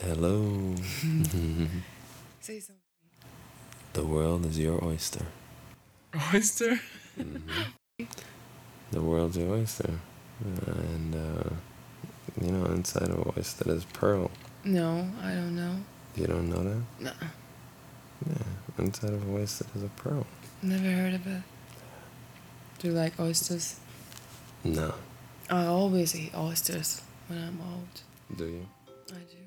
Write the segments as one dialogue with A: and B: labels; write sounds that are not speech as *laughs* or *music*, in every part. A: Hello. *laughs*
B: Say something.
A: The world is your oyster.
B: Oyster.
A: The world's your oyster. And, uh, you know, inside of oyster there's pearl.
B: No, I don't know.
A: You don't know that?
B: No,
A: Yeah. Inside of oyster there's a pearl.
B: never heard of it. Do you like oysters?
A: No.
B: I always eat oysters when I'm old.
A: Do you?
B: I do.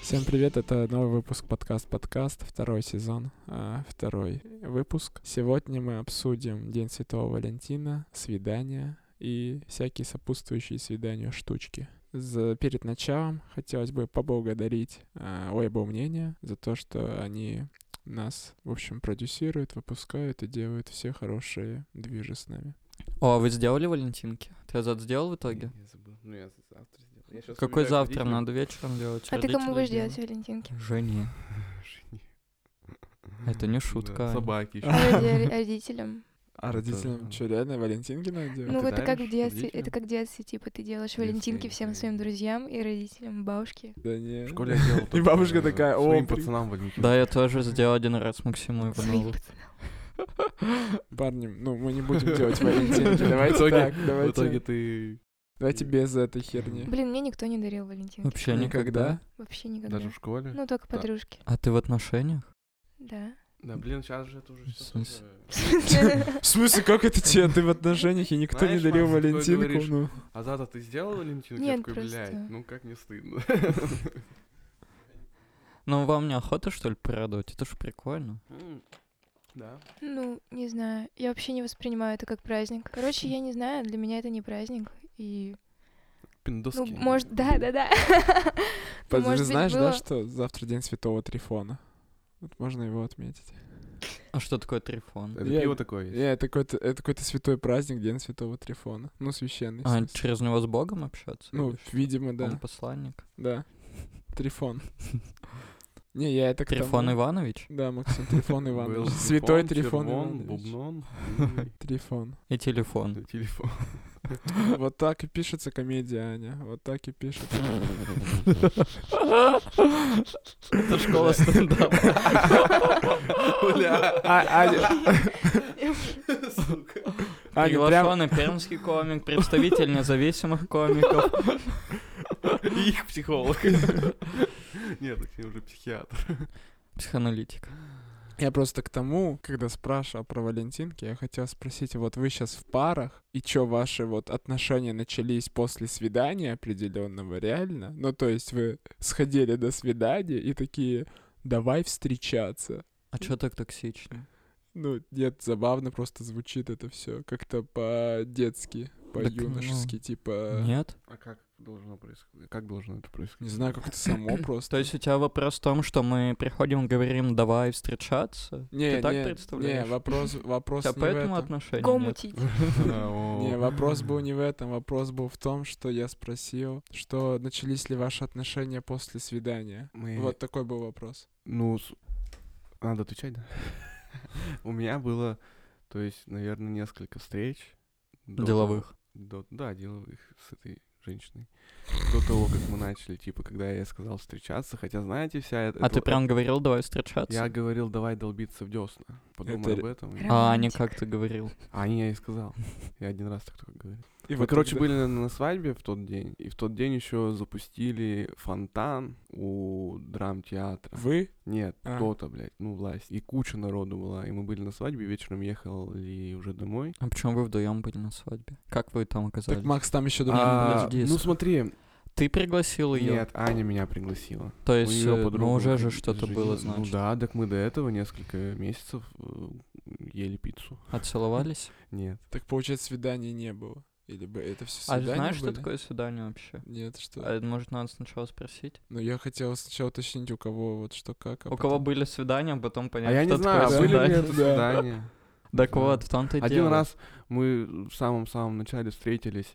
C: Всем привет, это новый выпуск подкаст подкаст, второй сезон, а, второй выпуск. Сегодня мы обсудим День Святого Валентина, свидания и всякие сопутствующие свиданию штучки. За, перед началом хотелось бы поблагодарить а, Ойбо Мнение за то, что они нас, в общем, продюсируют, выпускают и делают все хорошие движи с нами.
D: О, а вы сделали валентинки? Ты Азат сделал в итоге?
E: Я забыл. Ну, я завтра сделал. Я щас
D: Какой
E: выбираю,
D: завтра?
E: ходить
D: Надо вечером делать.
F: А ты
D: родители
F: кому будешь
D: сделали. *laughs*
F: делать валентинки?
D: Жене.
E: Жене.
D: А Это не
E: Да,
D: шутка.
E: Собаки ещё.
F: А роди-
E: *laughs*
F: родителям?
C: А родителям
E: да.
C: что, реально Валентинки надо делать?
F: Ну,
E: А ты
F: это как
E: даришь
F: в детстве, это
E: родителям?
F: как в детстве, типа, ты делаешь
E: Или
F: валентинки
E: своим
F: всем своим друзьям и родителям, бабушке.
C: Да не.
E: В школе я делал. только,
C: бабушка
E: э,
C: такая, «О,
E: Своим
C: при-
E: пацанам валентинки.
D: Да, я тоже сделал один раз Ну, Максиму
F: Своим
D: Иванову.
F: пацанам.
C: *laughs* Парни, ну мы не будем делать *laughs*
E: *laughs*
C: Валентинки, давайте
E: В итоге-
C: так,
E: В
C: давайте.
E: итоге ты
C: Давайте без этой херни.
F: Блин, мне никто не дарил валентинки.
D: Вообще никогда.
F: *laughs* Вообще
E: Ну,
F: никогда.
E: даже в школе?
F: Ну, только
E: Да.
F: подружки.
D: А ты в отношениях?
E: *laughs*
F: Да.
E: Да, блин, сейчас же это уже
D: В
E: всё
D: смысле?
E: такое.
C: В смысле, как это тебе? Ты в отношениях, и никто
E: Знаешь,
C: не дарил
E: Макс, ты такое
C: Валентинку?
E: говоришь.
C: Ну.
E: А зато ты сделал валентинки? я
F: Нет,
E: такой, блядь,
F: просто-
E: ну как не стыдно.
D: Ну, вам не охота, что ли, порадовать? Это ж прикольно.
E: М, Да.
F: *laughs* Ну, не знаю. Я вообще не воспринимаю это как праздник. Короче, я не знаю, для меня это не праздник. И... Ну,
E: Пиндоски.
F: может... *laughs* Да, да, да. Ну,
C: Ты же
F: может быть,
C: знаешь, да,
F: было- *laughs*
C: что завтра день Святого Трифона? Вот можно его отметить.
D: А что такое трифон?
E: Это
C: Я-
E: пиво такое есть.
C: Э, это какой-то, это какой-то святой праздник, День Святого Трифона. Ну, священный.
D: А,
C: естественно.
D: через него с Богом общаться?
C: ну,
D: или что?
C: видимо, да.
D: Он посланник.
C: Да. Трифон. Не, я это к тому-
D: Трифон Иванович?
C: Да, Максим, Трифон
E: *laughs* Был
C: Иванович. Святой Трифон
E: червон,
C: Иванович.
E: бубнон
C: Трифон.
D: И
E: и
D: телефон.
E: телефон.
C: Вот так и пишется комедия, Аня. Вот так и
D: *laughs*
C: пишется.
D: Это школа стендапа.
E: Бля,
C: А, Аня,
E: сука.
C: Аня, прям,
D: Приглашенный пермский комик, представитель независимых
C: *laughs*
D: комиков.
E: И Их психолог. Нет, Максим уже психиатр.
D: Психоаналитик.
C: Я просто к тому, когда спрашивал про Валентинки, я хотел спросить, вот вы сейчас в парах, и чё, ваши вот отношения начались после свидания определенного, реально? Ну, то есть вы сходили до свидания и такие, давай встречаться.
D: А чё так токсично?
C: Ну, нет, забавно просто звучит это все как-то по-детски, по-юношески, типа...
D: ну, Нет?
E: А как должно происходить? Как должно это происходить?
C: Не знаю, как это само
D: *laughs* То
C: просто.
D: есть у тебя вопрос в том, что мы приходим, говорим, давай встречаться?
C: Не,
D: Ты так
C: не,
D: представляешь?
C: Не, вопрос,
D: У
C: вопрос
D: тебя
C: не в
D: поэтому
C: этом.
D: отношения нет?
F: Гомутить.
C: Не,
E: А, Не,
C: вопрос был не в этом, вопрос был в том, что я спросил, что начались ли ваши отношения после свидания. Вот такой был вопрос.
E: Ну, с- надо отвечать, *laughs* да? У меня было, то есть, наверное, несколько встреч. до
D: Деловых.
E: того- до- Да, деловых с этой женщиной. До того, как мы начали, типа, когда я сказал встречаться, хотя, знаете, вся эта...
D: А ты
E: эта-
D: прям говорил, давай встречаться?
E: э, Я говорил, давай долбиться в десна. Подумай
C: Это-
E: об этом. и-
F: Ра-
D: А, не
F: Романтик.
D: как ты говорил.
E: А не, я и сказал. Я один раз так только говорил.
C: И
E: Мы,
C: вот
E: короче,
C: тогда-
E: были на, на свадьбе в тот день, и в тот день еще запустили фонтан у драмтеатра.
C: Вы?
E: Нет,
C: А.
E: кто-то, блядь, ну, власть. И куча народу была, и мы были на свадьбе, вечером ехали уже домой.
D: А почему вы вдвоем были на свадьбе? Как вы там оказались?
C: Так Макс там еще
E: А,
C: думал.
D: подожди,
E: ну,
D: с-
E: смотри,
D: Ты пригласил ее?
E: нет, Аня меня пригласила.
D: То
E: У
D: есть,
E: неё
D: э,
E: подруга
D: ну уже же
E: выходила
D: что-то
E: из
D: было,
E: жизни.
D: значит.
E: Ну да, так мы до этого несколько месяцев э, ели пиццу. *laughs*
D: Отцеловались?
E: Нет.
C: Так получается, свидания не было. Или бы это все
D: А
C: свидания
D: знаешь, что
C: были?
D: такое свидание вообще?
C: Нет, что?
D: А, может, надо сначала спросить?
C: Ну, я хотел сначала уточнить, у кого вот что как. а
D: У кого
C: потом-
D: были свидания, а потом понять,
E: а я
D: что
E: не знаю,
D: такое
E: а были ли
D: свидание.
E: это свидания?
D: Так
E: Да.
D: вот, в том-то и
E: Один
D: дело.
E: раз мы в самом-самом начале встретились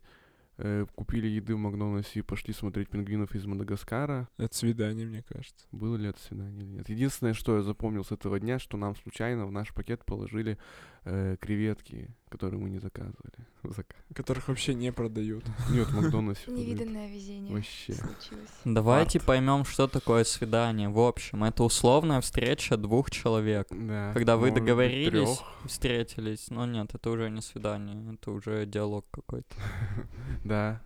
E: э, купили еды в Макдональдсе и пошли смотреть пингвинов из Мадагаскара.
C: Это свидание, мне кажется.
E: Было ли это свидание или нет? Единственное, что я запомнил с этого дня, что нам случайно в наш пакет положили э, креветки, которые мы не заказывали. *laughs* Зака-
C: Которых вообще не продают.
E: Нет, в
F: *laughs*
E: Макдональдсе. подают.
F: Невиданное везение
E: Вообще.
F: случилось.
D: Давайте поймем, что такое свидание. В общем, это условная встреча двух человек.
E: Да, Ну,
D: Когда вы
E: может быть,
D: договорились,
E: трёх.
D: встретились, но нет, это уже не свидание, это уже диалог какой-то.
E: Да.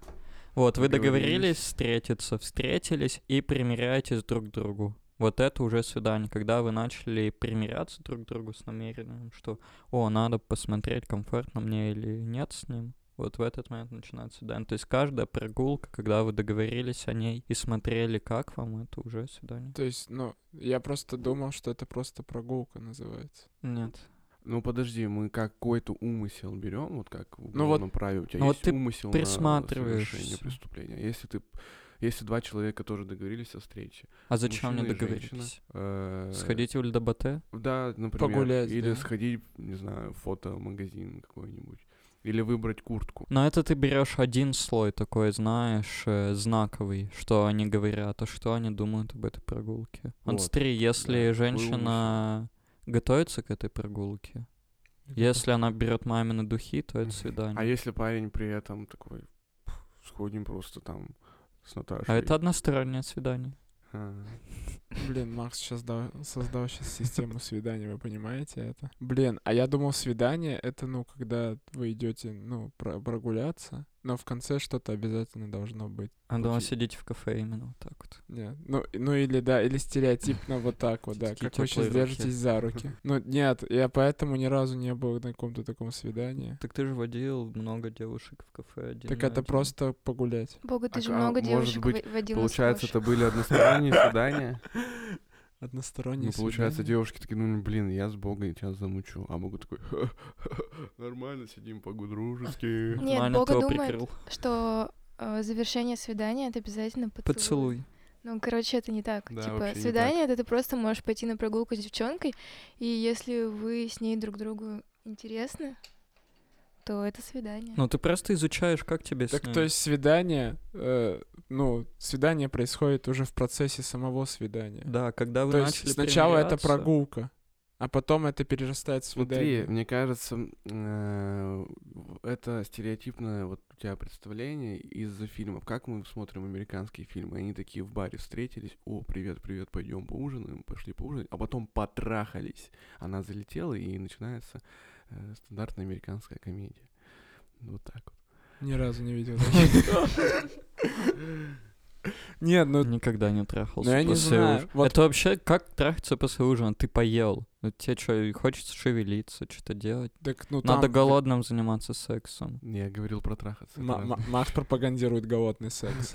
D: Вот, вы
E: Договорились.
D: договорились встретиться, встретились и примиряетесь друг к другу. Вот это уже свидание, когда вы начали примиряться друг к другу с намерением, что, о, надо посмотреть, комфортно мне или нет с ним. Вот в этот момент начинается свидание. То есть каждая прогулка, когда вы договорились о ней и смотрели, как вам, это уже
C: *laughs*
D: свидание.
C: То есть, ну, я просто думал, что это просто прогулка называется.
D: Нет.
E: Ну подожди, мы какой-то умысел берем, вот как в
C: Ну вот-
E: уголовном праве у тебя
D: ну вот
E: есть
D: ты
E: умысел
D: присматриваешься.
E: на совершение преступления. Если ты, если два человека тоже договорились о встрече,
D: А зачем мне
E: мужчина и
D: договорились?
E: женщина, э,
D: Сходить в ЛДБТ?
E: да, например,
C: Погулять,
E: или
C: да.
E: сходить, не знаю, в фотомагазин какой-нибудь, или выбрать куртку.
D: Но это ты берешь один слой такой, знаешь, э, знаковый, что они говорят, а что они думают об этой прогулке. Вот,
E: Вот,
D: смотри, если
E: да,
D: женщина готовится к этой прогулке, если она берет мамины духи, то это
E: А
D: свидание.
E: если парень при этом такой, «Пф, сходим просто там с Наташей.
D: А это одностороннее свидание.
E: А,
C: Блин, Макс сейчас создал сейчас систему свиданий, вы понимаете это? Блин, а я думал, свидание это, ну, когда вы идете, ну, про- прогуляться, но в конце что-то обязательно должно быть.
D: А дома
C: Окей.
D: сидеть в кафе именно вот так вот.
C: Нет. Ну, и- ну или да, или стереотипно вот так вот, да.
D: Такие
C: Как вы сейчас
D: теплые руки.
C: держитесь за руки. Ну нет, я поэтому ни разу не был на каком-то таком свидании.
D: Так ты же водил много девушек в кафе один
C: Так
D: на
C: это
D: один.
C: просто погулять.
F: Богу, ты
E: А
F: же
E: к- а
F: много
E: может
F: девушек
E: быть,
F: во- водил на
E: Получается,
F: сплошь.
E: это были односторонние свидания.
C: Односторонние
E: Ну, получается,
C: свидания.
E: девушки такие, ну, блин, я с Богом тебя замучу. А Богу такой, *laughs* нормально,
D: *laughs*
E: сидим по-дружески.
F: Нет,
D: Нормально
F: Бога
D: того
F: думает.
D: прикрыл.
F: что э, завершение свидания это обязательно поцелуй.
D: Поцелуй.
F: Ну, короче, это не так.
E: Да, вообще
F: типа,
E: не так.
F: свидание это ты просто можешь пойти на прогулку с девчонкой, и если вы с ней друг другу интересны, то это свидание.
D: Ну ты просто изучаешь, как тебе с
C: Так
D: ней.
C: то есть свидание, э, ну, свидание происходит уже в процессе самого свидания.
D: Да, когда вы
C: То
D: начали
C: есть сначала это
D: примиряться,
C: прогулка, а потом это перерастает в
E: Смотри,
C: свидание.
E: мне кажется, м, э, это стереотипное вот у тебя представление из-за фильмов. Как мы смотрим американские фильмы? Они такие в баре встретились, о, привет, привет, пойдем поужинаем, пошли поужинать, а потом потрахались. Она залетела, и начинается э, стандартная американская комедия. Вот так вот.
C: Ни разу не *laughs* видел. таких. Нет, ну
D: Никогда не трахался
C: Ну, я не
D: после
C: знаю.
D: ужина.
C: Вот-
D: Это вообще как трахаться после ужина? Ты поел. Ну, тебе что, хочется шевелиться, что-то делать?
C: так, ну
D: Надо
C: там-
D: голодным заниматься сексом.
E: Я говорил про трахаться. это
C: Ма-
E: разное.
C: Ма- Макс пропагандирует голодный *laughs*
E: *laughs*
C: секс.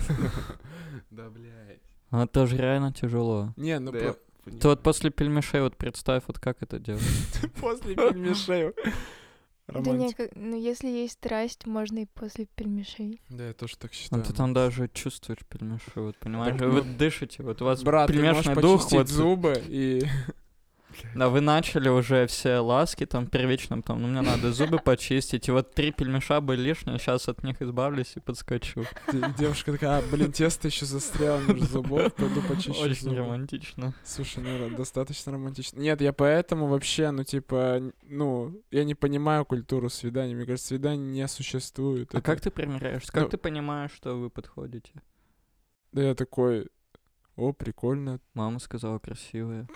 E: Да, блядь.
D: А Это же реально тяжело.
C: Не, ну
E: Да
C: про-
E: я
D: Ты
E: понимаю.
D: вот после пельмешей вот представь, вот как это делать.
C: *laughs* после пельмешей.
F: да не,
C: Романтик.
F: как- ну, если есть страсть, можно и после пельмешей.
C: Да, я тоже так
D: А
C: считаю.
D: ты там даже чувствуешь пельмеши, вот понимаешь?
C: ну-
D: Вы дышите, вот у вас
C: Брат, ты можешь
D: пельмешный дух.
C: почистить
D: Вот,
C: зубы и... *laughs*
D: Да, вы начали уже все ласки там первичным, там, ну мне надо зубы почистить. И вот три пельмеша были лишние, сейчас от них избавлюсь и подскочу.
C: Де-
E: *laughs*
C: Девушка такая, «А, блин, тесто еще застряло между зубов, пойду почищу
D: Очень
C: зубы».
D: романтично.
C: Слушай, ну ра- достаточно романтично. Нет, я поэтому вообще, ну типа, н- ну, я не понимаю культуру свиданий. Мне кажется, свиданий не существует.
D: А
C: Это-
D: как ты примеряешься? Как
C: Ну-
D: ты понимаешь, что вы подходите?
C: Да я такой, о, прикольно. *laughs*
D: Мама сказала красивая.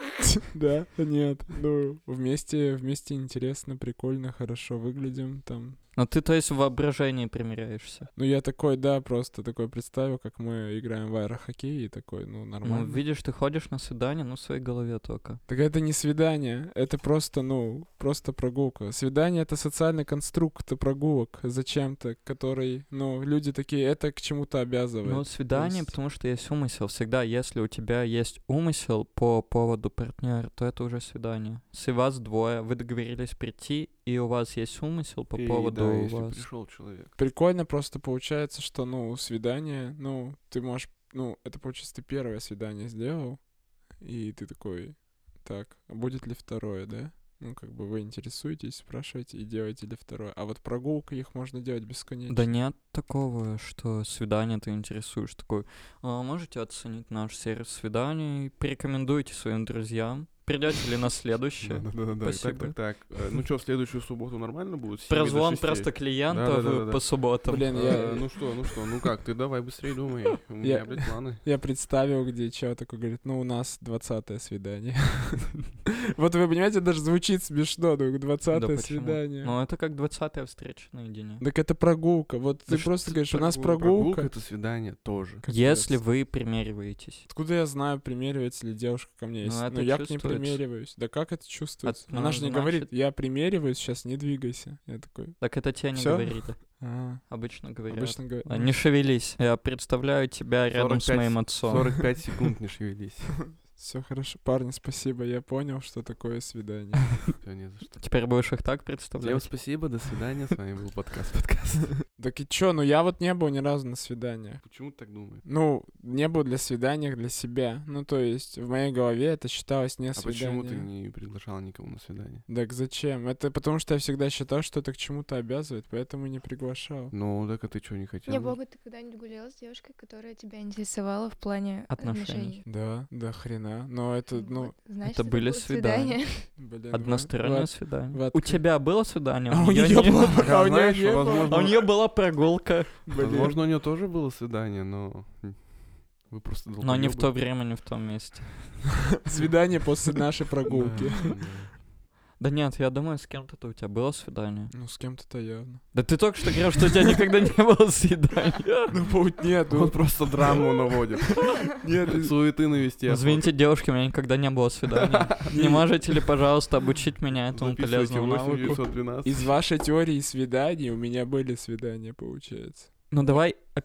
C: Да, нет, ну, вместе, вместе интересно, прикольно, хорошо выглядим там.
D: Но Ну, ты, то есть, в воображении примеряешься.
C: Ну, я такой, да, просто такой представил, как мы играем в аэрохоккей, и такой, ну,
D: Ну,
C: нормально.
D: видишь, ты ходишь на свидание, ну, в своей голове только.
C: Так это не свидание, это просто, ну, просто прогулка. Свидание — это социальный конструкт прогулок зачем-то, который, ну, люди такие, это к чему-то обязывает.
D: Ну, свидание,
C: есть-
D: потому что есть умысел. Всегда, если у тебя есть умысел по поводу партнера, то это уже свидание. Если вас двое, вы договорились прийти, и у вас есть умысел по
E: И
D: поводу
E: да,
D: у
E: если
D: вас.
E: пришел человек.
C: Прикольно просто получается, что, ну, свидание, ну, ты можешь, ну, это, получается, ты первое свидание сделал, и ты такой, так, а будет ли второе, да? ну, как бы вы интересуетесь, спрашиваете и делаете ли второе. А вот прогулка их можно делать бесконечно.
D: Да нет такого, что свидание ты интересуешь. Такой, «А, можете оценить наш сервис свиданий, порекомендуйте своим друзьям. Придете ли на следующее?
E: Да-да-да, так,
D: Спасибо.
E: так, так. Э, Ну что, в следующую субботу нормально будет? С семи до
D: Прозвон
E: шести?
D: просто клиентов
E: Да-да-да-да-да.
D: по субботам.
C: Блин,
E: Э,
C: я,
E: Ну что, ну что, ну как, ты давай быстрее думай. У меня, блядь, планы.
C: я представил, где чел такой говорит, ну, у нас 20 свидание. *laughs* Вот вы понимаете, даже звучит смешно, ну,
D: Да
C: 20
D: почему?
C: свидание.
D: Ну, это как 20-я встреча наедине.
C: Так это прогулка. Вот
D: Да
C: ты
D: что
C: просто
D: за
C: говоришь, у нас
D: прогулка?
E: Прогулка —
C: прогулка.
E: это свидание тоже.
C: Капец.
D: Если вы примериваетесь.
C: Откуда я знаю, примеривается ли девушка ко мне?
D: Ну,
C: если-
D: это
C: Ну, я к ней
D: чувствуется.
C: примериваюсь. Да как это чувствуется?
D: ну,
C: Она же не
D: значит-
C: говорит, я примериваюсь, сейчас не двигайся. Я такой,
D: Так это тебе не
C: Всё?
D: говорит.
C: а,
D: Обычно говорят.
C: обычно говорю.
D: А, Не шевелись. Я представляю тебя рядом с
E: 45
D: моим отцом.
E: 45 секунд не шевелись.
C: Все хорошо, парни, спасибо, я понял, что такое свидание. *laughs*
E: Всё, не за что.
D: Теперь будешь их так
E: Всем
D: представлять.
E: спасибо, до свидания. С вами был подкаст. Подкаст.
C: Так и чё, ну я вот не был ни разу на свиданиях.
E: Почему ты так думаешь?
C: Ну, не был для свиданий для себя. Ну, то есть, в моей голове это считалось не
E: А почему ты
C: свиданием.
E: не приглашал никого на свидание?
C: Так зачем? Это потому что я всегда считал, что это к чему-то обязывает, поэтому не приглашал.
E: Ну, так а ты что, не хотел?
F: Не богу, ты когда-нибудь гулял с девушкой, которая тебя интересовала в плане
D: Отношений.
F: отношений?
C: Да, да хрена. Но это, ну,
F: Вот, Значит,
D: это были
F: было свидание. *laughs*
C: блин. вы-
D: Одностороннее
C: вы-
D: свидание.
C: вы
D: У
C: откры-
D: тебя было свидание?
C: А у
D: неё
C: нее
D: не
C: было...
D: было.
C: А у
E: Знаешь,
C: нее не было.
E: возможно,
D: А у нее была прогулка.
C: Блин.
E: Возможно, у нее тоже было свидание, но... Вы просто
D: Но не в то
E: долбоёбы.
D: время, не в том месте.
C: Свидание после нашей
E: *laughs*
C: прогулки.
E: Да, да.
D: Да нет, я думаю, с кем-то у тебя было свидание.
C: Ну, с кем-то-то явно.
D: Да ты только что говорил, что у тебя никогда не было свидания.
C: Ну, путь нет,
E: Он просто драму наводит.
C: нет, из-
E: Суеты
D: *laughs*
E: навести.
D: Извините, девушки, у меня никогда не было свидания. Не можете ли, пожалуйста, обучить меня этому полезному навыку?
C: из
E: *laughs*
C: вашей теории свиданий у меня были свидания, получается.
D: Ну давай оп-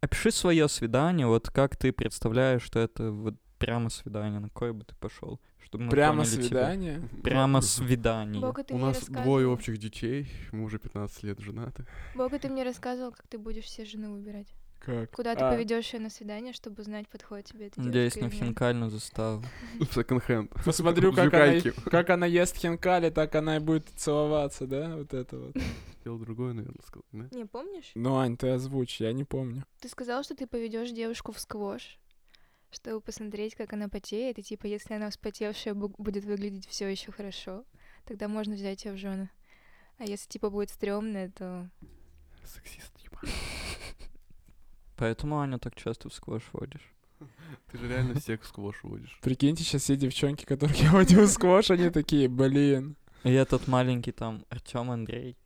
D: опиши свое свидание, вот как ты представляешь, что это вот прямо свидание, на кое бы ты пошел, чтобы мы
C: Прямо
D: поняли тебя.
C: свидание?
D: Прямо свидание.
F: Бога, ты
E: У
F: мне
E: нас
F: рассказывал-
E: двое общих детей, мы уже 15 лет женаты. *laughs*
F: Бога, ты мне рассказывал, как ты будешь все жены выбирать.
C: Как?
F: Куда ты
C: А.
F: поведешь ее на свидание, чтобы узнать, подходит тебе эта девушка
D: Надеюсь,
F: или
D: на
F: нет.
D: хинкальную заставу.
E: В секонд-хенд.
C: Посмотрю,
E: В
C: как она,
E: Жукайке.
C: как она ест хинкали, так она и будет целоваться, да? Вот это вот.
E: Хотел другое, наверное, сказал. да?
F: Не помнишь?
C: Ну, Ань, ты озвучь, я не помню.
F: Ты сказал, что ты поведешь девушку в сквош, чтобы посмотреть, как она потеет, и типа, если она вспотевшая бу- будет выглядеть все еще хорошо, тогда можно взять ее в жены. А если типа будет стрёмная, то
E: Сексист, типа.
D: Поэтому Аня так часто в сквош водишь.
E: Ты же реально всех в сквош водишь.
C: Прикиньте, сейчас все девчонки, которых я водил в сквош, они такие, блин.
D: И этот маленький там Артем Андрей,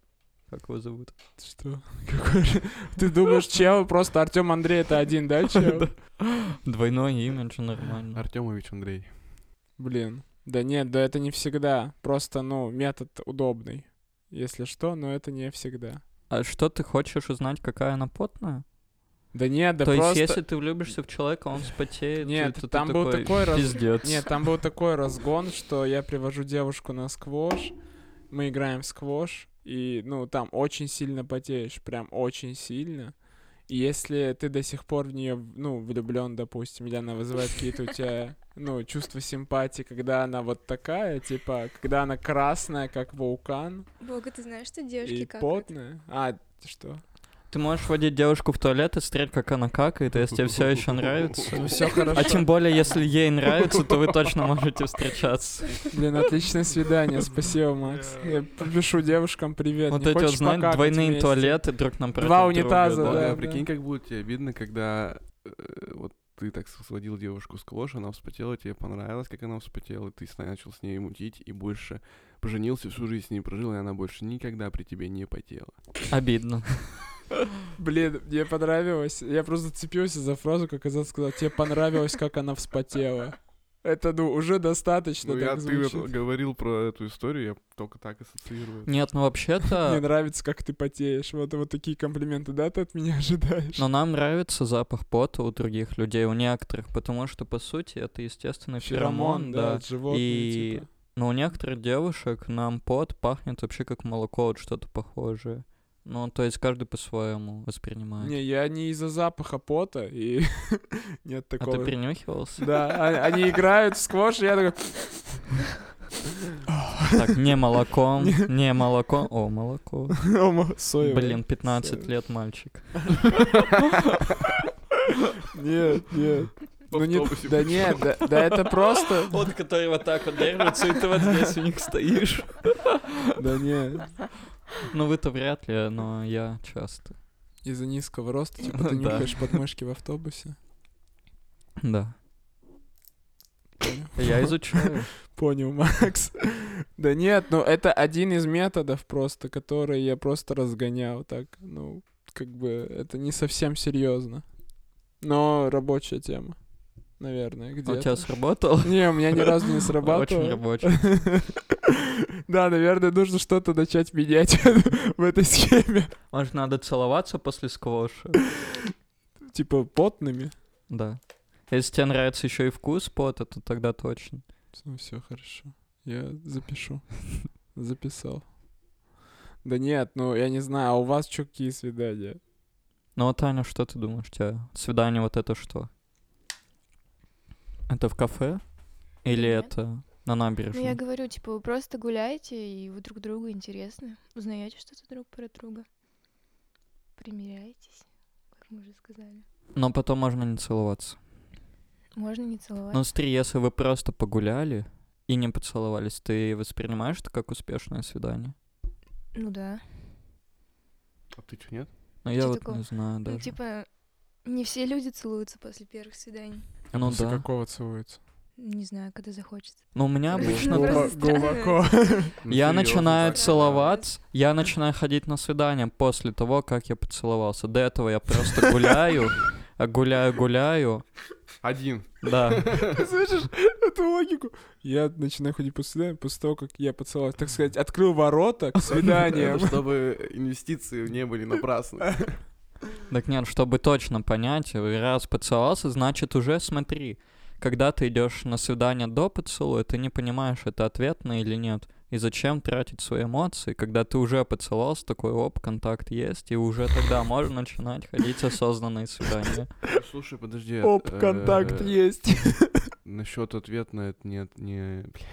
D: как его зовут?
C: Что? Какой же- Ты думаешь, чел, просто Артем Андрей это один, да,
D: *laughs*
C: чел?
D: Двойное имидж нормально.
E: Артемович Андрей.
C: Блин. Да нет, да это не всегда. Просто, ну, метод удобный. Если что, но это не всегда.
D: А что ты хочешь узнать, какая она потная?
C: Да нет, да
D: То
C: просто...
D: есть, если ты влюбишься в человека, он спотеет. и
C: Нет,
D: ты- ты
C: там был такой раз-
D: Пиздец.
C: Нет, там был такой разгон, что я привожу девушку на сквош, мы играем в сквош, и, ну, там очень сильно потеешь, прям очень сильно. И если ты до сих пор в нее, ну, влюблен, допустим, или она вызывает какие-то у тебя, ну, чувства симпатии, когда она вот такая, типа, когда она красная, как вулкан,
F: Бога, ты знаешь, что девушки
C: и
F: как
C: потная. А, что?
D: Ты можешь водить девушку в туалет и смотреть, как она какает, и если тебе все еще нравится.
C: *laughs* Ну, все хорошо.
D: А тем более, если ей нравится, то вы точно можете встречаться.
C: Блин, отличное свидание, спасибо, Макс. Я пишу девушкам привет.
D: Вот
C: не
D: эти вот,
C: хочешь
D: знаешь,
C: покакать
D: двойные
C: вместе?
D: туалеты друг напротив
C: Два унитаза,
D: друга,
C: да.
E: Бога, прикинь, как будет тебе обидно, когда э, вот ты так сводил девушку в сквош, она вспотела, тебе понравилось, как она вспотела, и ты с- начал с ней мутить и больше поженился, всю жизнь с ней прожил, и она больше никогда при тебе не потела.
D: Обидно.
C: Блин, мне понравилось. Я просто цепился за фразу, как Азат сказал, тебе понравилось, как она вспотела. Это, ну, уже достаточно
E: Ну,
C: так
E: я, ты
C: звучит.
E: вот говорил про эту историю, я только так ассоциирую.
D: Нет, ну
C: Мне
D: вообще-то...
C: нравится, как ты потеешь. Вот, вот такие комплименты, да, ты от меня ожидаешь?
D: Но нам нравится запах пота у других людей, у некоторых, потому что, по сути, это естественный феромон, да.
C: от животных,
D: И-
C: типа.
D: Но у некоторых девушек нам пот пахнет вообще как молоко, вот что-то похожее. Ну, то есть каждый по-своему воспринимает.
C: Не, я не из-за запаха пота, и *laughs* нет
D: а
C: такого. *laughs*
D: ты принюхивался?
C: Да, а- они играют в сквош, и я такой...
D: Так, не молоком, не молоком. О,
C: *laughs*
D: молоко.
C: *laughs* Ома- соевое.
D: Блин, 15
C: Соевое.
D: лет мальчик.
C: Нет, нет. Ну не-
E: автобусе
C: да нет, да, да это просто.
D: Вот, который вот так вот держится, и ты вот здесь у них *laughs* стоишь.
C: Да нет.
D: Ну вы-то вряд ли, но я часто.
C: Из-за низкого роста, типа,
D: *laughs*
C: ты
D: Да.
C: нюхаешь подмышки в автобусе.
D: Да. А
C: Понял.
D: Я
C: *laughs*
D: *laughs* изучаю.
C: Понял, Макс. Да нет, ну это один из методов просто, который я просто разгонял так. Ну, как бы это не совсем серьезно. Но рабочая тема, наверное,
D: А У тебя
C: где-то.
D: сработал?
C: Не, у
D: *laughs*
C: меня ни разу не
D: Очень
C: срабатывало.
D: рабочий.
C: *laughs* Да, наверное, нужно что-то начать менять *laughs* в этой схеме.
D: Может, надо целоваться после сквоша?
C: Типа потными.
D: Да. Если тебе нравится еще и вкус пота, то тогда точно.
C: Ну, все хорошо. Я запишу. *laughs* Записал. Да нет, ну я не знаю, а у вас чё, какие свидания?
D: Ну а Таня, что ты думаешь? У тебя свидание вот это что? Это в кафе? Или
F: Нет.
D: это на
F: Ну, я
D: набережной?
F: говорю, типа, вы просто гуляете, и вы друг другу интересны. Узнаете что-то друг про друга. Примеряетесь, как мы уже сказали.
D: Но потом можно не целоваться.
F: Можно не целовать.
D: Ну, смотри, если вы просто погуляли и не поцеловались, ты воспринимаешь это как успешное свидание?
F: Ну да.
E: А ты что, нет?
D: Ну, я
F: Чё
D: вот
F: такого?
D: не знаю
F: Ну,
D: даже.
F: типа, не все люди целуются после первых свиданий.
C: А
D: Ну
C: после
D: да.
C: какого целуются?
F: Не знаю, когда захочется.
D: Ну, у меня
F: Глупо.
D: обычно...
F: Глупо.
D: так.
F: просто странно.
C: глубоко.
E: Ну,
D: Я
E: серьёзно,
D: начинаю
E: так, да.
D: целоваться, я начинаю ходить на свидание после того, как я поцеловался. До этого я просто гуляю, а гуляю, гуляю.
E: Один.
D: Да.
C: Ты *laughs* слышишь эту логику? Я начинаю ходить по свиданиям после того, как я поцеловал, так сказать, открыл ворота к
E: Это
C: *laughs* свиданиям.
E: Чтобы инвестиции не были
C: *laughs*
E: напрасны.
D: Так нет, чтобы точно понять, раз поцеловался, значит уже смотри. Когда ты идешь на свидание до поцелуя, ты не понимаешь, это ответно или нет. И зачем тратить свои эмоции, когда ты уже поцеловался, такой оп, контакт есть, и уже тогда можно начинать ходить осознанные свидания.
E: Слушай, подожди.
C: Оп,
E: э,
C: контакт есть.
E: Насчет ответа на это нет, не, блядь.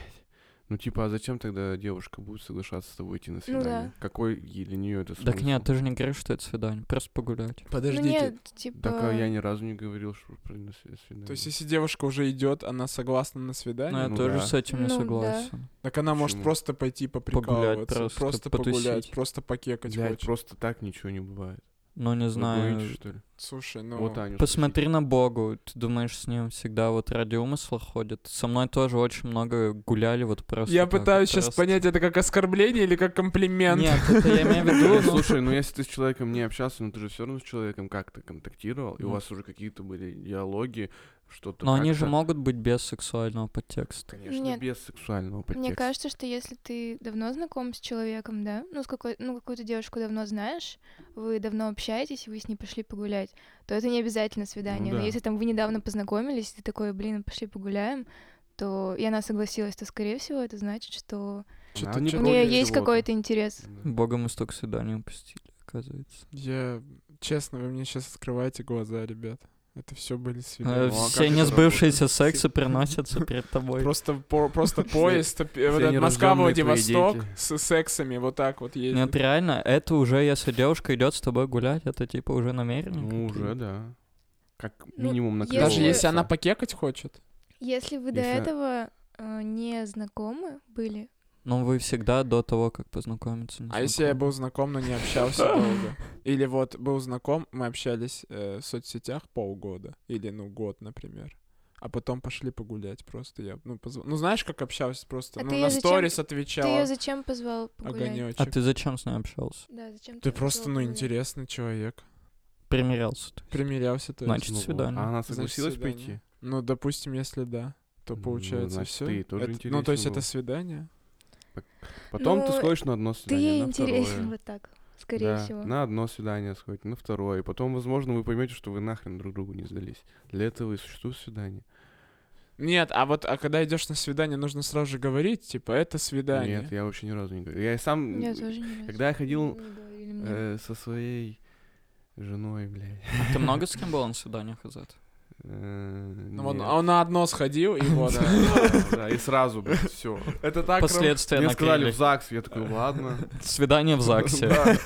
E: Ну, типа, а зачем тогда девушка будет соглашаться с тобой идти на
F: Ну да.
E: свидание? Какой ей- для нее это смысл?
D: Так нет, ты же не говоришь, что это свидание, просто погулять.
F: Ну нет, типа...
E: Так а я ни разу не говорил, что про на сви- свидание.
C: То есть, если девушка уже идет, она согласна на
D: Но
C: свидание,
D: я
E: ну
D: тоже
E: да.
D: с этим не
F: Ну да.
D: согласен.
C: так она может
E: Почему?
C: просто пойти поприкалываться,
D: просто,
C: просто, погулять,
D: потусить.
C: просто покекать
E: Блядь,
C: хочет.
E: просто так ничего не бывает.
D: Ну не
E: Вы гоните,
D: знаю.
E: что ли?
C: Слушай, ну...
E: Вот Аню *laughs*
D: Посмотри на Богу, ты думаешь, с ним всегда вот ради умысла ходит. Со мной тоже очень много гуляли вот просто
C: я
D: так вот,
C: пытаюсь сейчас
D: просто.
C: понять, это как оскорбление или как комплимент.
D: Нет, это я
E: *laughs*
D: имею в
E: спросите.
D: виду,
E: Не,
D: ну,
E: Слушай, ну если ты с человеком не общался, ну ты же все равно с человеком как-то контактировал, и у
D: Ну.
E: вас уже какие-то были диалоги, что-то.
D: но они же
E: как-то.
D: могут быть без сексуального подтекста.
E: Конечно,
F: Нет.
E: без сексуального подтекста.
F: Мне кажется, что если ты давно знаком с человеком, да, ну, с какой, ну, какую-то девушку давно знаешь, вы давно общаетесь, и вы с ней пошли погулять, то это не обязательно свидание.
E: да.
F: Но если там вы недавно познакомились, и ты такой, блин, пошли погуляем, то и она согласилась, то, скорее всего, это значит, что
C: Чё-то-
E: Она не
C: чё-то-
F: у
E: против
F: нее есть
E: чего-то.
F: какой-то интерес.
E: Да.
D: Бога мы столько свиданий упустили, оказывается.
C: Я... Честно, вы мне сейчас открываете глаза, ребят. Это все были
D: Э,
C: свидания.
E: Ну, а как
D: Все
E: это
D: несбывшиеся сексы приносятся перед тобой.
C: Просто,
D: *laughs*
C: по- просто поезд, э, вот
E: все
C: этот Москва-Владивосток
E: нерождённые
C: с сексами вот так вот ездит.
D: Нет, реально, это уже, если девушка идет с тобой гулять, это типа уже намерение.
E: Ну, уже,
D: какое-то.
E: да. Как
F: Ну,
E: минимум на
F: если-
C: Даже если
F: Если-
C: она покекать хочет.
F: Если вы до
E: Если-
F: этого э, не знакомы были,
D: Но Ну, вы всегда до того, как познакомиться. не
C: А если я
D: знакомы.
C: был знаком, но не общался долго? Или вот был знаком, мы общались э, в соцсетях полгода. Или, ну, год, например. А потом пошли погулять просто. Я, ну, позв- ну, знаешь, как общался просто?
F: А
C: ну,
F: ты
C: на
F: её зачем-
C: сторис
F: ты ее
C: отвечала.
F: зачем позвал погулять?
D: А
C: Огонечек.
D: ты зачем с ней общался?
F: Да, зачем ты
C: Ты
F: её
C: просто,
F: позвал
C: ну,
F: погулять?
C: интересный человек.
D: Примерялся ты.
C: Примерялся ты.
D: Значит,
E: Ну вот.
D: свидание.
E: А она
C: Значит,
E: согласилась
C: свидание.
E: пойти?
C: Ну, допустим, если да, то
E: Ну,
C: получается
E: значит,
C: все.
E: ты тоже
C: ну, то есть
E: интересен
C: это
E: был.
C: свидание?
E: Потом ты
F: Ну,
E: сходишь на одно
F: Ты
E: свидание,
F: ей
E: на
F: интересен
E: второе.
F: вот так, скорее
E: Да,
F: всего.
E: На одно свидание сходите, на второе. И потом, возможно, вы поймете, что вы нахрен друг другу не сдались. Для этого и существует свидание.
C: Нет, а вот а когда идешь на свидание, нужно сразу же говорить, типа, это свидание.
E: Нет, я вообще ни разу не говорил. Я и сам...
F: Я
E: м,
F: тоже не раз.
E: Когда я ходил
F: Не говорили
C: э,
F: *laughs* мне.
E: э, со своей женой, блядь,
D: А
E: Э,
D: Ты много с кем был на свиданиях, Азат?
C: Ну, он, он на одно сходил,
E: *laughs*
C: и вот.
E: Да, и сразу, все.
C: Это так... ром-
D: Последствия
E: Мне сказали в
D: наклеили.
E: ЗАГС, я такой, ладно.
D: *laughs* Свидание в ЗАГСе. *laughs*
E: Да.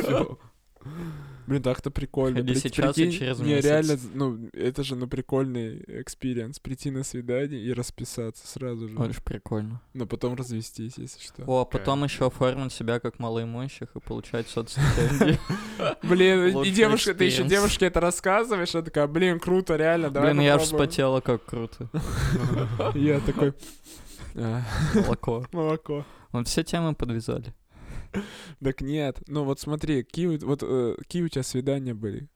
E: Всё.
C: Блин, так-то прикольно.
D: Ходи
C: Прийти-
D: сейчас и
C: прикинь,
D: через
C: не,
D: месяц.
C: реально, ну, это же, ну, прикольный экспириенс. Прийти на свидание и расписаться сразу же.
D: Очень прикольно.
C: Но потом развестись, если что.
D: О, а потом еще оформить себя как малоимущих и получать соцсетенди.
C: Блин, и
D: Лучший
C: девушка, ты еще
D: экспириенс.
C: девушке это рассказываешь, она такая, блин, круто, реально, *laughs* давай
D: Блин, я аж
C: попробуем».
D: вспотела, как круто.
C: *laughs* Я такой... «А,
D: Молоко.
C: Молоко.
D: Вот все темы подвязали.
C: Так нет. Ну вот смотри, какие, у- вот, э, какие у тебя свидания были?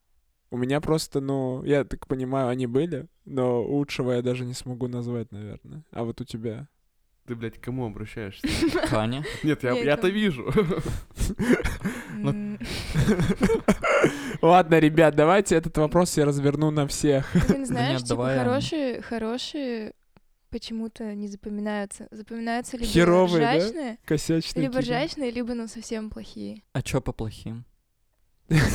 C: У меня просто, ну, я так понимаю, они были, но лучшего я даже не смогу назвать, наверное. А вот у
D: *laughs*
C: тебя?
E: Ты, блядь, к кому обращаешься?
D: Таня.
E: Нет, я-
F: Я
E: я-то
F: там-
E: вижу.
C: Ну,
F: М,
C: Ладно, ребят, давайте этот вопрос я разверну на всех. *laughs*
F: Блин, знаешь, типа
D: давай, Аня.
F: хорошие, хорошие почему-то не запоминаются. Запоминаются либо
C: Херовые, да? типа?
F: ржачные,
C: Косячные.
F: либо
C: какие-то.
F: ржачные, либо ну совсем плохие.
D: А чё по плохим?
C: *laughs*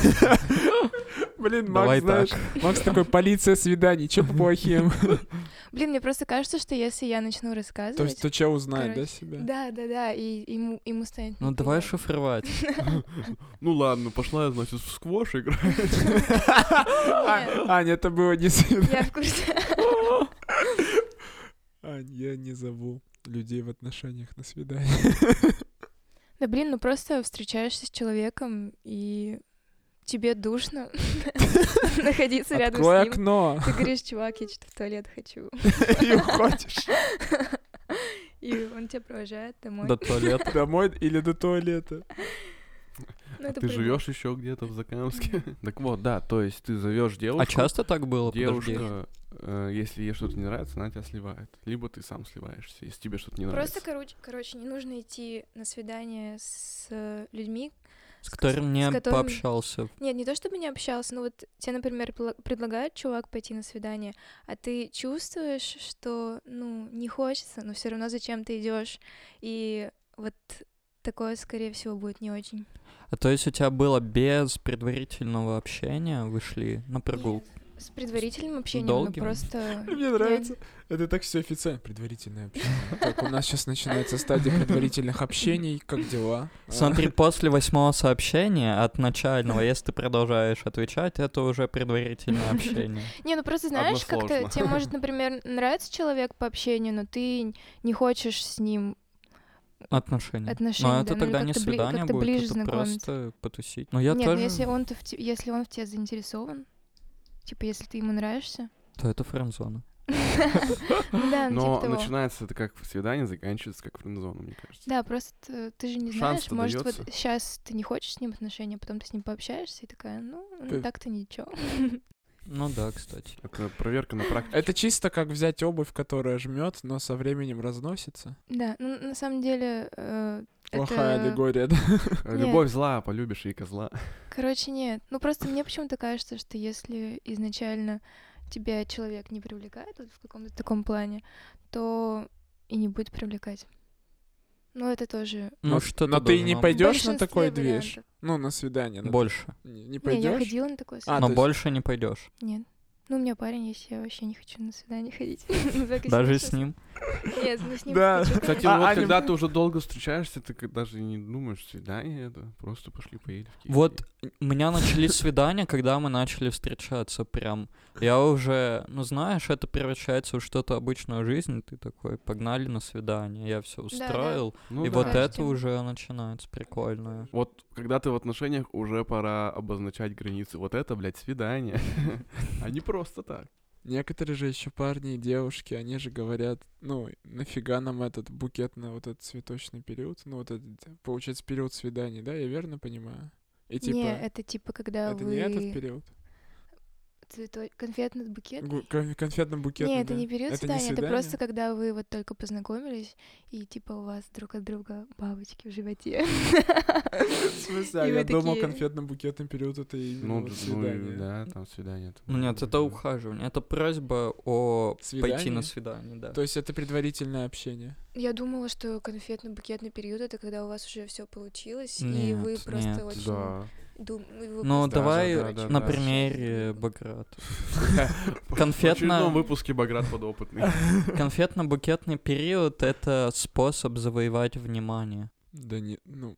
C: Блин,
D: Давай
C: Макс,
D: так.
C: знаешь, Макс такой, полиция свиданий, чё по
F: *laughs*
C: плохим?
F: Блин, мне просто кажется, что если я начну
C: То
F: рассказывать...
C: есть, то чё узнает, да,
F: Короче,
C: себя?
F: Да, да, да, и ему, ему станет...
D: Ну давай шифровать.
E: *laughs* Ну ладно, пошла я, значит, в сквош
F: *laughs*
E: играть.
F: Нет.
C: *laughs* Аня, это было не свидание.
F: *laughs* Я в
D: *laughs*
F: курсе.
C: Ань, А, я не зову людей в отношениях на свидание.
F: Да блин, ну просто встречаешься с человеком, и тебе
D: *laughs*
F: душно *laughs* находиться рядом
C: Открой
F: с ним.
C: окно.
F: Ты говоришь, чувак, я что-то в туалет *laughs* хочу.
C: И уходишь.
F: И он тебя провожает домой.
D: До туалета.
C: Домой или до туалета.
F: Ну, это
E: Ты
F: прикольно.
E: живешь еще где-то в Закамске. Так вот, да, то есть ты зовешь
D: А
E: девушку.
D: часто так было? Подожди.
E: Девушка, э, если ей что-то не нравится, она тебя сливает. Либо ты сам сливаешься, если тебе что-то не нравится.
F: Просто, короче, короче, не нужно идти на свидание с э, людьми.
D: С которым не
F: с которыми-
D: пообщался.
F: Нет, не то чтобы не общался, но вот тебе, например, пла- предлагает чувак пойти на свидание, а ты чувствуешь, что, ну, не хочется, но все равно зачем ты идешь. И вот такое, скорее всего, будет не очень.
D: А то есть у тебя было без предварительного общения, вышли на прогулку.
F: С предварительным общением,
D: Долгим?
F: ну, просто...
C: Мне нравится. Это так все официально. Предварительное общение. Так, у нас сейчас начинается стадия предварительных общений. Как дела?
D: Смотри,
F: *laughs*
D: после восьмого сообщения от начального, если ты продолжаешь отвечать, это уже предварительное
F: *laughs*
D: общение.
F: Не, ну просто знаешь, как-то
E: Односложно.
F: тебе может, например, нравится человек по общению, но ты н- не хочешь с ним
D: Отношения.
F: отношений.
D: Но
F: да,
D: это
F: ну,
D: тогда не
F: как-то бли-
D: свидание
F: как-то ближе
D: будет, это
F: знакомиться.
D: просто потусить. Но я
F: Нет, ну если
D: тоже...
F: он, -то в те- если он в тебя заинтересован, типа если ты ему нравишься.
D: То это френдзона.
F: Ну Да, ну
E: Но
F: типа того.
E: начинается это как свидание, заканчивается как френдзона, мне кажется.
F: Да, просто т- ты же не
E: Шанс-то
F: знаешь, может, вот
E: даётся.
F: сейчас ты не хочешь с ним отношения, потом ты с ним пообщаешься и такая, ну,
C: Ты-
F: ну так-то ничего. *laughs*
D: Ну да, кстати.
E: Это проверка на практике.
C: А. Это чисто как взять обувь, которая жмет, но со временем разносится.
F: Да, ну на самом деле э,
C: Плохая
F: это-
C: аллегория, да?
E: Э,
F: нет.
E: Любовь зла, полюбишь и козла.
F: Короче, нет. Ну просто мне почему-то кажется, что если изначально тебя человек не привлекает вот в каком-то таком плане, то и не будет привлекать. Но это тоже
D: Ну
C: Но-
D: что
C: но ты не
D: должна-
C: пой- Пойдёшь на
F: большинстве
C: такое
F: вариантов.
C: движ? Ну, на свидание. на-
D: Больше.
C: Не не
F: Не, я
C: пойдешь?
F: ходила на такое
C: А,
F: свидание.
D: Но
C: то есть-
D: больше не пойдешь.
F: Нет. Ну, у меня парень есть, я вообще не хочу на свидание ходить. *laughs* Ну,
D: Даже с ним.
F: Нет, ну с ним
C: Да.
F: хочу,
E: Кстати,
C: А,
E: ну вот
C: Аня-
E: когда ты уже долго встречаешься, ты как- даже и не думаешь, свидание это, просто пошли поели. в Киев.
D: Вот у меня начались свидания, когда мы начали встречаться прям. Я уже, ну знаешь, это превращается в что-то обычную жизнь. Ты такой, погнали на свидание, я все
F: да.
D: устроил.
E: Ну
D: И
E: да.
D: вот
F: Да,
D: это
F: ждём.
D: уже начинается прикольное.
E: Вот когда ты в отношениях, уже пора обозначать границы. Вот это, блядь, свидание. *laughs* А не просто так.
C: Некоторые же еще парни и девушки, они же говорят, ну, нафига нам этот букет на вот этот цветочный период? Ну, вот этот, получается, период свиданий, да? Я верно понимаю? И
F: конечно.
C: типа,
F: Не, это типа, когда
C: это не этот
F: вы
C: период?
F: цветой... конфетный букет.
C: Гу- кон- Конфетно-букетный,
F: Не,
C: да.
F: это не
C: Это
F: период
C: не
F: свидания, это
C: свидание?
F: просто когда вы вот только познакомились, и типа у вас друг от друга бабочки в
C: *laughs*
F: животе.
C: В смысле, а
F: И
C: я
F: вы
C: думал,
F: такие-
C: конфетно-букетный период это именно
E: Ну,
C: вот
E: д- ну, и
C: свидание.
E: да, там свидание.
D: Ну нет, это ухаживание. Это просьба о пойти
C: Свидание?
D: на свидание, да.
C: То есть это предварительное общение.
F: Я думала, что конфетно-букетный период это когда у вас уже все получилось, и
D: Нет,
F: вы
D: нет,
E: *laughs*
F: просто очень
E: Да.
F: Дум... его
D: Ну,
E: Да, да,
D: давай
E: да, да,
D: на
E: да.
D: примере Баграт.
E: В очередном
D: Конфетно,
E: выпуске
D: *laughs*
E: Баграт подопытный.
D: конфетно-букетный период — это способ завоевать внимание.
C: Да не, ну...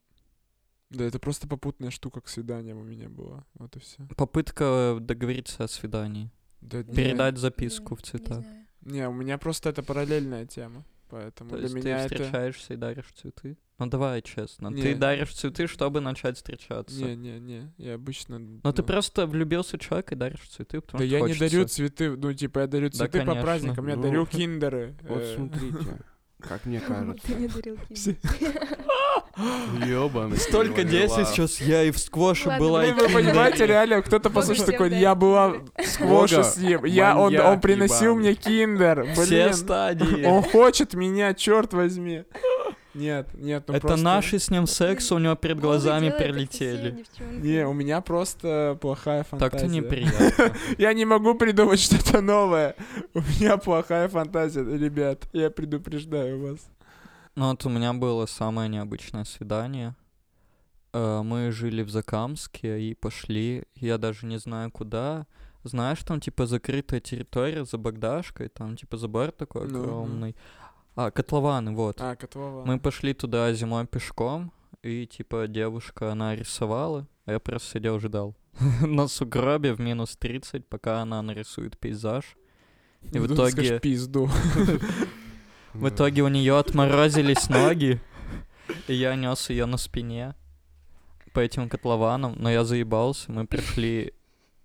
C: Да это просто попутная штука к свиданиям у меня была. Вот и все.
D: Попытка договориться о свидании.
C: Да, не,
D: Передать записку в
F: не
D: цветах.
F: знаю.
C: Не, у меня просто это параллельная тема. Поэтому
D: То
C: Ну, для
D: есть ты
C: меня это...
D: встречаешься и даришь цветы? Ну давай честно, ты
C: Не.
D: даришь цветы, чтобы начать встречаться.
C: Не, не, не. Я обычно... ну,
D: Но Ну, ты просто влюбился в человека и даришь цветы, потому
C: Да
D: что
C: я не
D: хочется.
C: дарю цветы, ну типа я дарю цветы по
D: конечно.
C: праздникам, я
E: Ну,
C: дарю киндеры.
E: *laughs* Вот
C: э,
E: смотрите, как
F: *laughs*
D: *laughs*
E: мне
F: Ты
E: кажется.
F: не дарил киви.
C: Все.
E: Ёбаный.
D: Столько действий сейчас, я и в сквоше
F: Ладно,
D: была,
F: была, и
D: и
C: *laughs* Ну,
F: давай.
C: вы понимаете, реально, кто-то
F: Бога
C: послушает
F: всем
C: такой,
F: дай.
C: я была в сквоше
E: Бога,
C: с ним, я, он, он
E: маньяк
C: приносил
E: ебаный».
C: мне киндер,
D: все
C: блин,
D: стадии.
C: он хочет меня, черт возьми. Нет, нет, ну
D: Это
C: просто-
D: наши с ним секс, у него перед
F: Он
D: глазами
F: делает это со всеми
D: прилетели.
F: девчонками.
C: Не, у меня просто плохая фантазия.
D: Так-то неприятно.
C: *laughs* Я не могу придумать что-то новое. У меня плохая фантазия, ребят. Я предупреждаю вас.
D: Ну вот у меня было самое необычное свидание. Э, Мы жили в Закамске и пошли, я даже не знаю куда. Знаешь, там типа закрытая территория за Богдашкой, там типа забор такой
C: Ну, ну.
D: огромный. А, котлованы, вот.
C: А, котлова.
D: Мы пошли туда зимой пешком, и типа девушка, она рисовала, а я просто сидел ждал. *laughs* На сугробе в минус 30, пока она нарисует пейзаж. И в
C: Ну,
D: итоге-
C: скажешь, пизду.
D: В
E: *laughs*
D: итоге у нее отморозились ноги, и я нес ее на спине по этим котлованам, но я заебался, мы пришли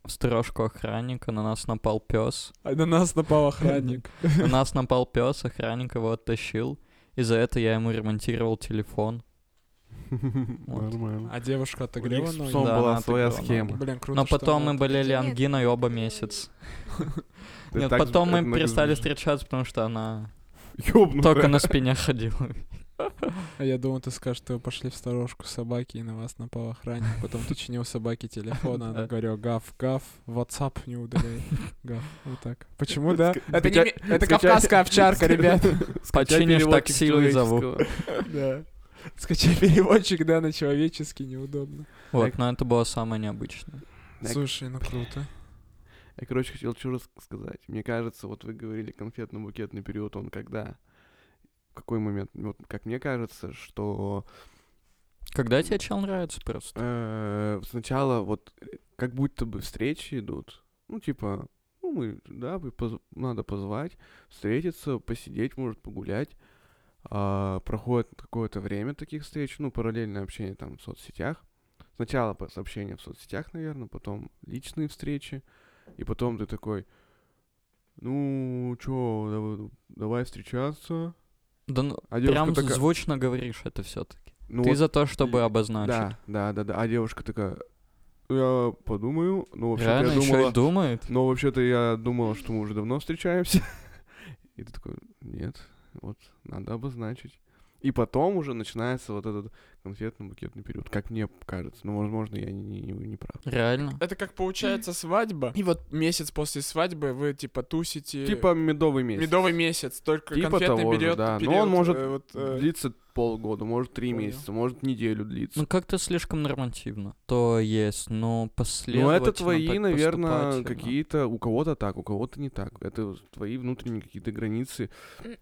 D: в сторожку охранника, на нас напал пес.
C: А на нас напал
D: *laughs*
C: охранник.
D: На нас напал пес, охранник его оттащил, и за это я ему ремонтировал телефон.
E: Нормально.
C: А девушка
E: У них
C: отогрела
E: с
C: ноги?
E: псом
D: Да,
E: была
D: она
E: своя
D: отыграла
E: схема.
C: Блин, круто,
D: Но
C: что
D: потом мы
C: она-
D: болели
F: Нет,
D: ангиной оба
F: ты-
D: месяц.
E: Ты
D: Нет,
E: так
D: потом
E: это
D: мы перестали
E: нагрузил.
D: встречаться, потому что она только
E: Ёбнутая.
D: на спине
E: *laughs*
D: ходила.
C: А я думал, ты скажешь, что вы пошли в сторожку собаки, и на вас напал охранник. Потом ты чинил собаке телефон, а
D: Да.
C: она говорила, гав, гав, WhatsApp не
D: *laughs*
C: удаляй. Гав, вот так. Почему, Ну да? Это,
E: скачай-
C: не ми- это
E: скачай-
C: кавказская овчарка, *laughs*
D: *laughs*
C: ребят.
E: Скачай
D: Починишь
E: переводчик
D: такси, вызову.
E: человеческого.
C: Да. Скачай переводчик, да, на человеческий неудобно.
D: Вот, но это было самое необычное.
E: Так.
C: Слушай, ну круто.
E: Я, короче, хотел что раз сказать. Мне кажется, вот вы говорили, конфетно-букетный период, он когда? В какой момент? Вот как мне кажется, что
D: Когда тебе чел нравится просто?
E: э, сначала вот э, как будто бы встречи идут. Ну, типа, ну, мы, да, вы поз- надо позвать, встретиться, посидеть, может, погулять. А, проходит какое-то время таких встреч, ну, параллельное общение там в соцсетях. Сначала по- сообщения в соцсетях, наверное, потом личные встречи. И потом ты такой, ну, чё, дав- давай встречаться.
D: Да ну,
E: А
D: прям
E: такая-
D: звучно говоришь это все-таки.
E: ну,
D: Ты
E: вот
D: за то, чтобы обозначить.
E: Да, да, да, да. А девушка такая, я подумаю, ну, вообще-то
D: Реально
E: я
D: еще
E: думала,
D: и думает.
E: но вообще-то я думала, что мы уже давно встречаемся. *laughs* И ты такой, нет, вот, надо обозначить. И потом уже начинается вот этот конфетно-букетный период, как мне кажется. Ну, возможно, я не, не, не прав.
D: Реально.
C: Это как получается свадьба. И вот месяц после свадьбы вы типа тусите.
E: Типа медовый месяц.
C: медовый месяц, только
E: Типа
C: конфетный
E: того же,
C: период,
E: да. Но
C: период,
E: он может
C: э, вот, э,
E: Длится полгода, может, три
C: Понял.
E: месяца, может, неделю длится.
D: Ну как-то слишком нормативно. То есть, но
E: Ну,
D: последовательно
E: это твои,
D: так ну.
E: наверное,
D: поступательно.
E: какие-то... У кого-то так, у кого-то не так. Это твои внутренние какие-то границы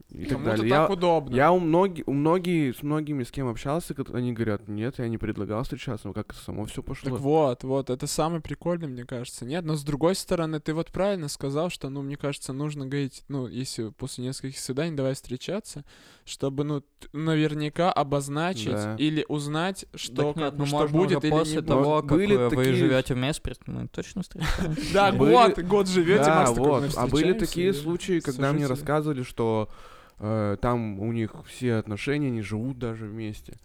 E: и так
C: Кому-то
E: далее.
C: так
E: Я-
C: удобно.
E: Я у многих, у многие, с многими, с кем общался, кот- они говорят, нет, я не предлагал встречаться, но как само все
C: Так
E: пошло.
C: вот, вот, это самый прикольный, мне кажется. Нет, но с другой стороны, ты вот правильно сказал, что, ну, мне кажется, нужно говорить, ну, если после нескольких свиданий давай встречаться, чтобы, ну, т- наверняка обозначить
E: Да.
C: или узнать, что,
D: Так нет,
C: как,
D: ну,
C: ну, что
D: можно
C: будет
D: уже
C: или
D: после
C: не будет.
D: того, как
E: Были
D: вы, вы
E: такие-
D: живете вместе, при- мы
C: *laughs*
D: точно встречаемся.
C: Да,
E: Были-
C: год, год живете,
E: Да,
C: Макс такой,
E: вот.
C: «Мы
E: а были
C: встречаемся
E: такие
C: и
E: случаи, когда мне
C: сожители».
E: рассказывали, что э, там у них все отношения, они живут даже вместе,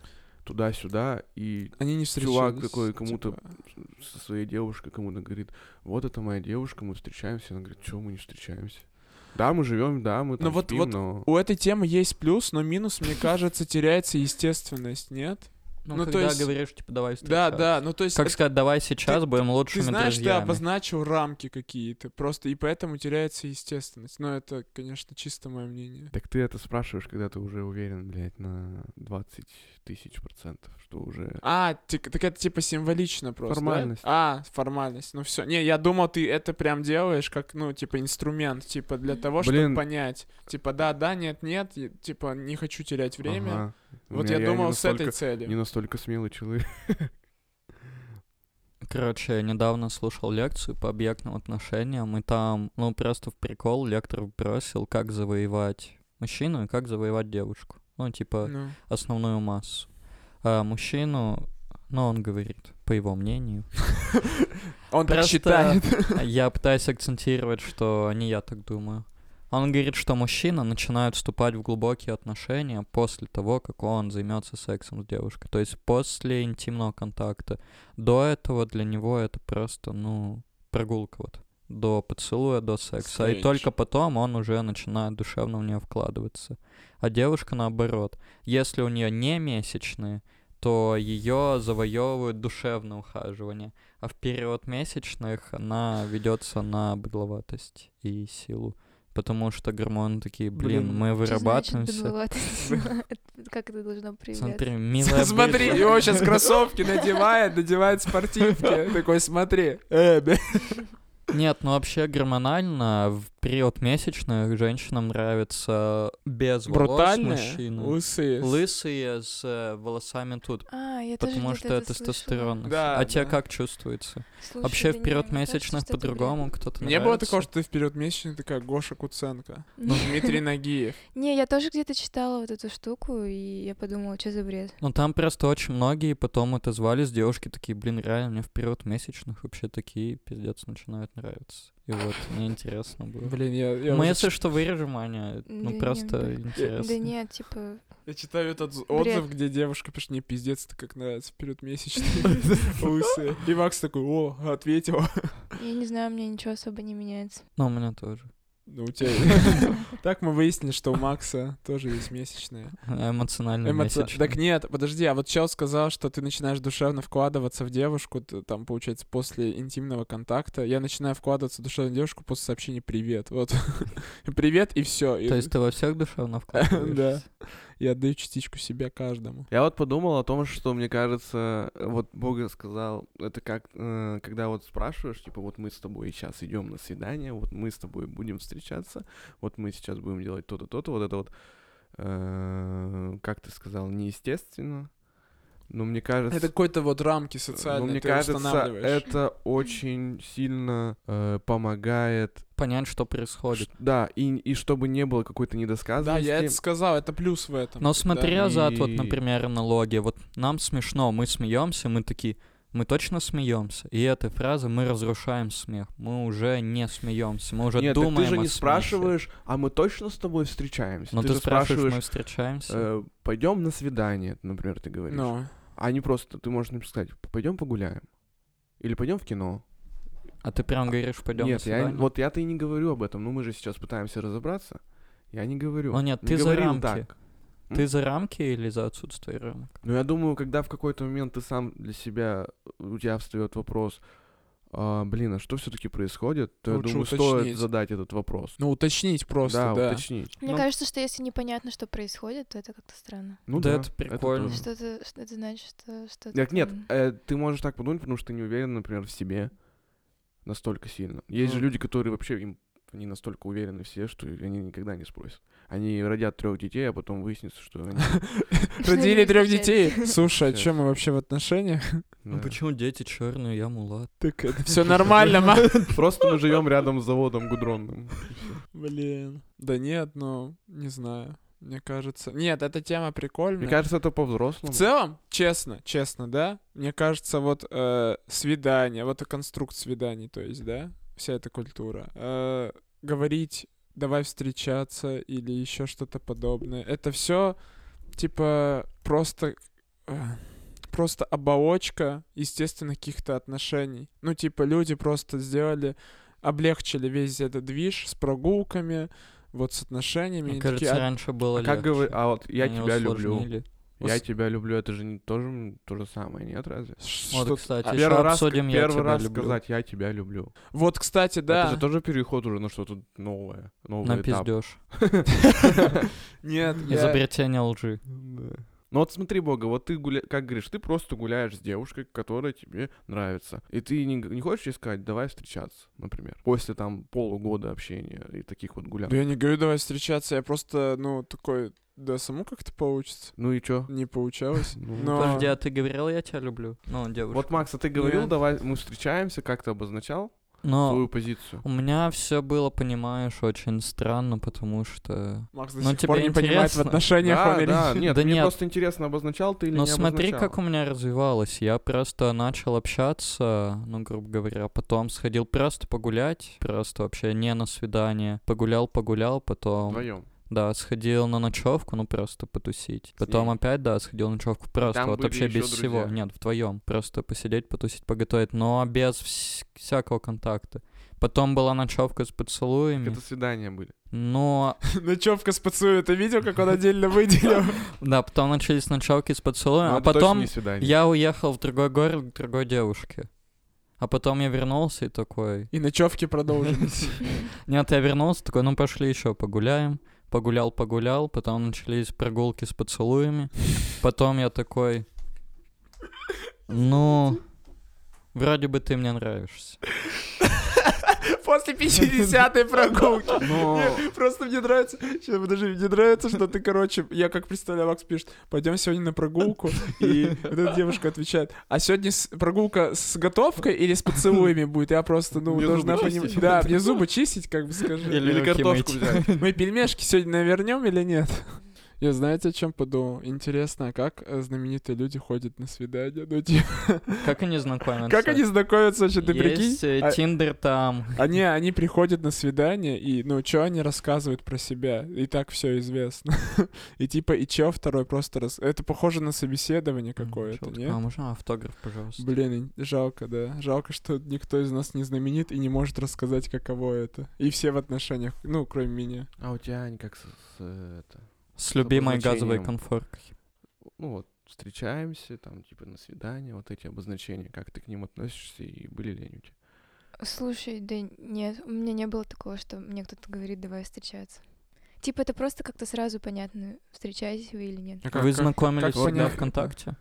E: туда-сюда, и
C: Они не встречались.
E: чувак такой кому-то
C: типа.
E: со своей девушкой кому-то говорит, вот это моя девушка, мы встречаемся, она говорит, чего мы не встречаемся? Да, мы живем, да, мы там
C: Ну вот-
E: спим,
C: вот
E: но...
C: У этой темы есть плюс, но минус, мне кажется, теряется естественность, нет?
D: Ну,
C: Ну, то
D: когда
C: есть-
D: говоришь, типа, давай
C: Да,
D: встречаться.
C: да, ну то есть...
D: Как
C: это-
D: сказать, давай сейчас будем лучшими
C: ты знаешь, ты
D: друзьями.
C: обозначил рамки какие-то, просто и поэтому теряется естественность. Но это, конечно, чисто мое мнение.
E: Так ты это спрашиваешь, когда ты уже уверен, блядь, на 20 тысяч процентов, что уже...
C: А, ти- так это типа символично просто. да?
E: Формальность.
C: А, формальность. Ну все. Не, я думал, ты это прям делаешь как, ну, типа инструмент, типа для того,
E: Блин.
C: чтобы понять. Типа да, да, нет, нет, и, типа не хочу терять время.
E: Ага. У
C: Вот
E: меня-
C: я,
E: не
C: думал с этой
E: настолько-
C: целью.
E: Не настолько смелый человек.
D: Короче, я недавно слушал лекцию по объектным отношениям, и там, ну, просто в прикол лектор бросил, как завоевать мужчину и как завоевать девушку. Ну, типа,
C: Ну. *laughs*
D: основную массу. А мужчину, ну, он говорит, по его мнению.
C: Он так
D: Просто-
C: считает. *laughs*
D: Я пытаюсь акцентировать, что не я так думаю. Он говорит, что мужчина начинает вступать в глубокие отношения после того, как он займется сексом с девушкой. То есть после интимного контакта. До этого для него это просто, ну, прогулка вот. До поцелуя, до секса. И
A: Стрейч.
D: только потом он уже начинает душевно в нее вкладываться. А девушка наоборот. Если у нее не месячные, то ее завоевывают душевное ухаживание. А в период месячных она ведется на быдловатость и силу. Потому что гормоны такие, блин,
C: Блин,
D: мы
F: Что значит
D: вырабатываемся. *laughs*
F: бедловатость? Это *laughs* Как это должно
D: Смотри,
F: *laughs* проявляться?
D: милая
C: Смотри,
D: быдло.
C: его сейчас кроссовки надевает, надевает
E: *laughs*
C: спортивки. Такой, смотри. Э, бля.
D: Нет, ну вообще гормонально в период месячных женщинам нравится без волос
C: Брутальные,
D: мужчины.
C: лысые.
D: Лысые с э, волосами тут.
F: А, я тоже
D: Потому
F: где-то
D: что
F: это
D: это тестостерон.
C: Да,
D: а тебе
C: да.
D: как чувствуется?
F: слышала.
D: Вообще в
F: Слушай, да не,
D: период
F: мне кажется,
D: месячных
F: что это бред.
D: по-другому кто-то
C: Не было
D: нравится.
C: такого, что ты вперед месячный такая Гоша
D: *laughs*
C: Куценко.
F: *laughs* Ну,
C: Дмитрий Нагиев.
F: Не, я тоже где-то читала вот эту штуку, и я подумала, что за бред.
D: Ну там просто очень многие потом это звали с девушки такие, блин, реально, мне в период месячных вообще такие пиздец начинают нравиться. И вот, мне интересно было.
C: Блин, я, я
D: Мы,
C: уже
D: если
C: ч-
D: что, вырежем, Аня.
F: Да
D: Ну
F: не,
D: просто
F: блин. Да
D: интересно.
F: нет, типа,
C: я читаю этот з-
F: Бред.
C: отзыв, где девушка пишет, мне пиздец, это как нравится вперед
D: *laughs*
C: месячный. *laughs* Лысые. И Макс такой, о, ответил. *laughs*
F: я не знаю, мне ничего особо не меняется.
D: Ну, у меня тоже.
C: Ну, у
D: *laughs*
C: тебя... Так мы выяснили, что у Макса тоже есть месячные.
D: Эмоционально
C: Эмоци-
D: месячные.
C: Так нет, подожди, а вот чел сказал, что ты начинаешь душевно вкладываться в девушку, т- там, получается, после интимного контакта. Я начинаю вкладываться в душевную девушку после сообщения «Привет». Вот. *laughs* Привет и все.
D: То есть ты во всех душевно
C: Да.
D: вкладываешься?
C: Я отдаю частичку себя каждому.
E: Я вот подумал о том, что, мне кажется, вот Бога сказал, это как, э, когда вот спрашиваешь, типа, вот мы с тобой сейчас идем на свидание, вот мы с тобой будем встречаться, вот мы сейчас будем делать то-то, то-то, вот это вот, э, как ты сказал, неестественно. Но мне кажется...
C: Это какой-то вот рамки
E: э, но
D: Ну,
C: социальные
E: мне
C: ты
E: кажется,
C: устанавливаешь.
E: это очень сильно э, помогает.
D: Понять, что происходит.
E: Ш- Да, и, и чтобы не было какой-то
C: Да,
E: недосказанности.
C: я это сказал, это плюс в этом.
D: Но смотри
E: да.
D: назад, вот,
E: И-
D: например, аналогия. Вот нам смешно, мы смеемся, мы такие, мы точно смеемся. И этой фразы мы разрушаем смех. Мы уже не смеемся, мы уже
E: Нет, так
D: думаем
E: ты же
D: Типа, о
E: не
D: смехе.
E: спрашиваешь, а мы точно с тобой встречаемся?
D: Ну,
E: ты,
D: ты,
E: же
D: спрашиваешь, э,
E: спрашиваешь,
D: мы встречаемся.
E: пойдем на свидание, например, ты говоришь.
C: Ну,
E: А не просто, ты можешь написать, пойдем погуляем. Или пойдем в кино.
D: а ты прям говоришь, пойдем
E: Нет,
D: на
E: я,
D: свидание.
E: вот я-то и не говорю об этом, но мы же сейчас пытаемся разобраться. Я не говорю.
D: Ну нет,
E: Не
D: ты за
E: говорил
D: рамки.
E: так.
D: Ты за рамки или за отсутствие рамок?
E: Ну, я думаю, когда в какой-то момент ты сам для себя, э, у тебя встает вопрос, «А, блин, а что все-таки происходит, то,
C: Лучше
E: я думаю,
C: уточнить.
E: стоит задать этот вопрос.
C: ну уточнить
E: да,
C: просто, да. *laughs*
E: уточнить.
F: Мне
D: Ну.
F: кажется, что если непонятно, что происходит, то это как-то странно.
E: Ну
D: Да,
E: да,
D: это прикольно.
E: тоже.
F: Что-то, что это значит, что что-то...
E: Так нет,
F: там-
E: э, ты можешь так подумать, потому что ты не уверен, например, в себе настолько сильно. Есть же
C: Ну.
E: люди, которые вообще им они настолько уверены в себе, что они никогда не спросят. Они родят трех детей, а потом выяснится, что
C: *laughs*
E: они...
C: Родили
F: Что
C: трех
F: не
C: детей. Слушай, а
E: Всё.
C: чем мы вообще в отношениях?
D: Ну
E: Да.
D: почему дети черные, я *laughs* мулат?
C: Так это все *laughs* нормально, ма.
E: Просто мы живем рядом с заводом гудронным.
C: Блин. Да нет, ну, не знаю. Мне кажется... Нет, эта тема прикольная.
E: Мне кажется, это
C: В
E: по-взрослому.
C: целом, честно, честно, да, мне кажется, вот э, свидание, вот и конструкт свиданий, то есть, да, вся эта культура. э, говорить, давай встречаться или еще что-то подобное. Это все, типа, просто... э, просто оболочка, естественно, каких-то отношений. Ну, типа, люди просто сделали, облегчили весь этот движ с прогулками, вот с отношениями.
D: Мне а
C: и такие, «А,
D: кажется, раньше было
E: А Как
D: легче.
E: говорю, а вот я
D: Они
E: тебя люблю.
D: усложнили.
E: Я тебя люблю, это же не тоже м, то же самое, нет, разве?
D: Вот,
C: Что-
D: кстати,
E: А
D: ещё
E: первый раз,
D: обсудим «Я
E: первый
D: тебя
E: раз
D: люблю».
E: сказать я тебя люблю.
C: Вот, кстати,
E: Это
C: да.
E: же тоже переход уже на что-то новое, новый
D: На
E: этап.
D: пиздёж.
C: *laughs* Нет, я-
D: Изобретение лжи.
E: Ну вот смотри, Бога, вот ты гуля... как говоришь, ты просто гуляешь с девушкой, которая тебе нравится. И ты не, г- не хочешь искать, давай встречаться, например. После там полугода общения и таких вот гулял.
C: Да я не говорю, давай встречаться, я просто, ну, такой, да, саму как-то получится.
E: Ну и чё?
C: Не получалось.
E: Ну,
C: Но...
D: Подожди, а ты говорил, я тебя люблю? Ну, девушка.
E: Вот, Макс, а ты говорил,
C: Нет.
E: давай мы встречаемся, как-то обозначал
D: Но
E: свою позицию.
D: у меня все было, понимаешь, очень странно, потому что...
C: Макс до
D: Ну,
C: сих
D: тебе
C: пор не понимает, в
D: интересно?
C: отношениях он
E: Да,
C: или
E: да, нет,
D: Да
E: мне
D: нет.
E: просто интересно, обозначал ты или
D: Но
E: не
D: смотри,
E: обозначал.
D: как у меня развивалось. Я просто начал общаться, ну, грубо говоря, потом сходил просто погулять, просто вообще не на свидание. Погулял, погулял, потом...
E: Вдвоем.
D: Да, сходил на ночевку, ну просто потусить. Потом
E: ней?
D: опять, да, сходил на ночевку просто,
E: там
D: вот
E: были
D: вообще
E: ещё
D: без всего.
E: друзья?
D: Нет, вдвоем. Просто посидеть, потусить, поготовить, но без вс- всякого контакта. Потом была ночевка с поцелуями.
E: Это свидания были.
D: Но
C: *laughs* Ночевка с поцелуем, Ну, ты видел, как он отдельно выделил?
D: да, потом начались ночевки с поцелуями,
E: Но
D: а
E: Ну, это точно
D: потом
E: не свидание.
D: я уехал в другой город к другой девушке. А потом я вернулся и такой.
C: И ночевки продолжились.
D: Нет, я вернулся, такой, ну пошли еще погуляем. Погулял, погулял, потом начались прогулки
C: *laughs*
D: с поцелуями. Потом я такой, ну, вроде бы ты мне нравишься.
C: После 50-й прогулки.
E: Но...
C: Мне Просто мне нравится, сейчас, подожди, мне нравится, что ты, короче, я как представляю, Макс пишет, пойдем сегодня на прогулку, и вот эта девушка отвечает, а сегодня с- прогулка с готовкой или с поцелуями будет? Я просто, ну,
E: Мне
C: должна
E: зубы
C: понимать.
E: чистить.
C: Да, мне зубы чистить, как бы скажи.
D: *laughs* Или
E: Или
D: руки
E: картошку
D: мыть. *laughs*
E: взять.
C: Мы пельмешки сегодня навернем или нет? Я знаете, о чем подумал? Интересно, а как э, знаменитые люди ходят на свидания? Ну, типа,
D: Как они знакомятся?
C: как они знакомятся вообще, ты прикинь?
D: Есть э,
C: А-
D: Тиндер там.
C: Они, они приходят на свидание, и, ну, что они рассказывают про себя? И так все известно. *laughs* И типа, и чё второй просто раз... Это похоже на собеседование
D: Чё
C: какое-то,
D: вот,
C: нет?
D: А, можно автограф, пожалуйста?
C: Блин, и жалко, да. Жалко, что никто из нас не знаменит и не может рассказать, каково это. И все в отношениях, ну, кроме меня.
E: А у тебя они как с, с, э, это...
D: С любимой газовой
E: обозначением.
D: конфоркой.
E: ну вот, встречаемся, там, типа, на свидание, вот эти обозначения, как ты к ним относишься и были ли они у тебя?
C: А
F: Слушай, да нет, у меня не было такого, что мне кто-то говорит, давай встречаться. Типа это просто как-то сразу понятно, встречаетесь вы или нет.
D: Вы знакомились
C: как
D: всегда
C: понять?
D: ВКонтакте?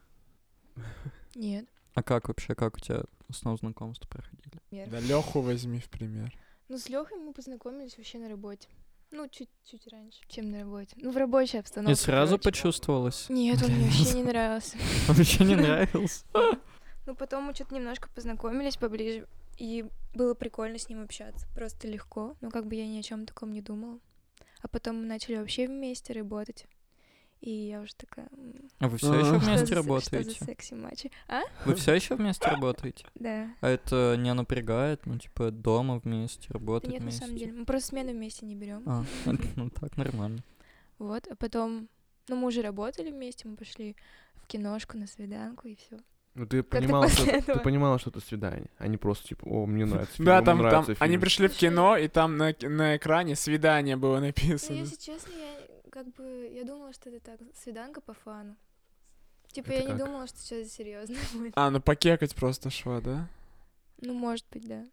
F: Нет.
D: А как вообще, как у тебя основ знакомства проходили?
F: нет.
C: Да Леху возьми в пример.
F: Ну, с Лехой мы познакомились вообще на работе. Ну, чуть-чуть раньше, чем на работе. Ну, в рабочей обстановке.
D: И сразу
F: короче.
D: почувствовалось?
F: *laughs* Нет, он мне вообще не нравился.
D: Вообще не нравился?
F: *laughs* Ну, потом мы что-то немножко познакомились поближе, и было прикольно с ним общаться. Просто легко. Ну, как бы я ни о чем таком не думала. А потом мы начали вообще вместе работать. И я уже такая... м,
D: А вы все еще
C: Ах.
F: Ну, что за
D: вместе
F: се- Что
D: работаете?
F: за секси-матчи? А?
D: Вы все еще вместе работаете?
F: Да.
D: А это не напрягает, ну, типа, дома вместе,
F: Да
D: работать
F: нет, на
D: вместе.
F: самом деле. Мы просто смены вместе не берем.
D: А, *laughs* ну так, нормально.
F: Вот, а потом... Ну, мы уже работали вместе, мы пошли в киношку, на свиданку и все.
E: Ну, ты
F: ты
E: понимала, что,
F: после
E: ты
F: этого?
E: понимала, что это свидание, а не просто, типа, о, мне нравится фильм,
C: Да,
E: ему
C: там, там
E: нравится
C: они
E: фильм».
C: пришли в кино, и там на, на экране свидание было
F: Ну,
C: написано.
F: если честно, я как бы... Я думала, что это так, свиданка по фану. Типа,
E: Это
F: я не
E: как?
F: думала, что что-то серьезное *laughs* будет.
C: А, ну покекать просто шва, да?
F: Ну, может быть, да.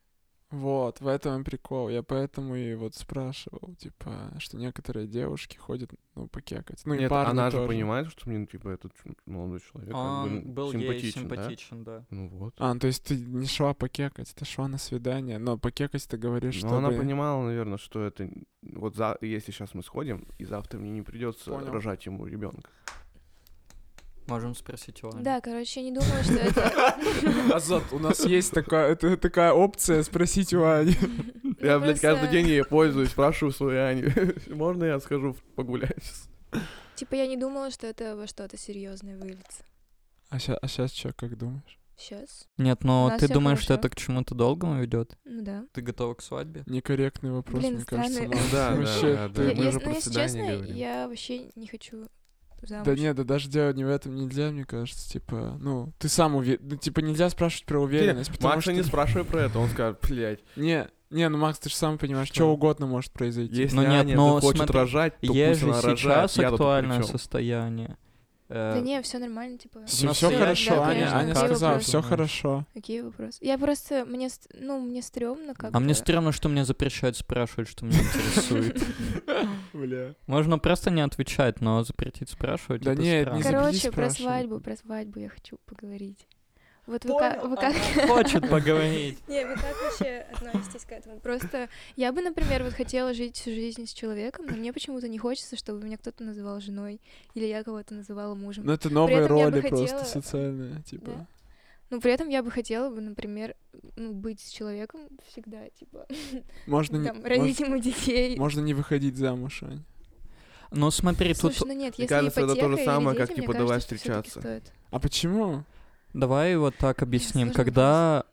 C: Вот, в этом и прикол. Я поэтому и вот спрашивал, типа, что некоторые девушки ходят, ну, покекать. Ну, и
E: Нет,
C: парни
E: она же
C: тоже.
E: понимает, что мне, типа, этот ч- молодой человек как бы,
D: Он
E: м,
D: А, был ей
E: симпатичен, да?
D: симпатичен, да.
E: Ну вот.
C: А, ну, то есть ты не шла покекать, ты шла на свидание, но покекать ты говоришь,
E: Но
C: что
E: Ну, она понимала, наверное, что это н- вот за если сейчас мы сходим, и завтра мне не придется
C: Понял.
E: рожать ему ребенка.
D: Можем спросить его.
F: Да, короче, я не думала, что это...
C: *laughs* Азот, у нас есть такая, это, такая опция спросить у Ани.
F: Ну,
E: я, блядь, каждый
F: просто,
E: день ей пользуюсь, спрашиваю свою Аню, *laughs* можно я схожу в- погулять? сейчас?»
F: Типа, я не думала, что это во что-то серьезное выльется.
C: А сейчас, а сейчас что, как думаешь?
F: Сейчас?
D: Нет,
F: У
D: но
F: нас
D: ты
F: всё
D: думаешь, что
F: хорошо.
D: это к чему-то долгому ведет?
F: Ну да.
D: Ты готова к свадьбе?
C: Некорректный вопрос,
F: Блин,
C: мне кажется.
F: странный.
C: Макс.
E: Да, да,
C: Вообще,
E: да,
C: ты-
E: да.
F: Я-
E: мы
F: я-
E: же
F: ну,
E: про
F: если
E: свидание
F: честно,
E: говорим.
F: я вообще не хочу замуж.
C: Да нет, да даже дело не в этом нельзя, мне кажется, типа, ну, ты сам уверен, ну, типа, нельзя спрашивать про уверенность, потому
E: Макса
C: что...
E: не спрашивай про это, он скажет, блядь,
C: Не, не, ну, Макс, ты же сам понимаешь, что,
E: Что?
C: угодно может произойти.
E: если
D: Ну нет,
E: Аня
D: но
E: захочет
D: смотри,
E: рожать, то
D: Есть
E: пусть
D: же
E: она рожает,
D: сейчас
C: э,
E: я тут при
D: актуальное
E: чём?»
D: состояние.
F: Да не, все нормально, типа.
C: Все,
D: Ну,
C: все
D: всё,
C: хорошо,
D: да,
C: Аня,
D: конечно,
C: Аня
D: как
C: сказала,
D: ты
C: все
D: думаешь?
C: хорошо.
F: Какие вопросы? Я просто, мне, ст- ну, мне стрёмно как
D: А мне стрёмно, что мне запрещают спрашивать, что
F: *laughs*
D: меня интересует.
C: Бля.
D: Можно просто не отвечать, но запретить спрашивать.
C: Да
D: это
C: нет,
D: странно.
C: не за-
F: Короче, про
C: спрашивай.
F: свадьбу, про свадьбу я хочу поговорить. Вот вы, ка- вы как...
D: Хочет поговорить.
F: *laughs* Не, вы как вообще относитесь к этому? Просто я бы, например, вот хотела жить всю жизнь с человеком, но мне почему-то не хочется, чтобы меня кто-то называл женой, или я кого-то называла мужем.
C: Ну это новые
F: этом я бы
C: роли просто
F: хотела-
C: социальные, типа.
F: Да. Но Ну, при этом я бы хотела бы, например, ну, быть с человеком всегда, типа,
C: Можно не-
F: *laughs* там,
C: мож-
F: родить ему детей.
C: Можно не выходить замуж, Ань.
D: Но смотри, тут
F: Слушай, ну нет,
E: Мне
F: если
E: кажется, это то же
F: ипотека или
E: самое,
F: дети,
E: как,
F: мне
E: типа,
F: кажется,
E: давай
F: всё-таки
E: встречаться.
F: стоит.
C: А почему?
D: Давай вот так объясним.
F: сложный
D: Когда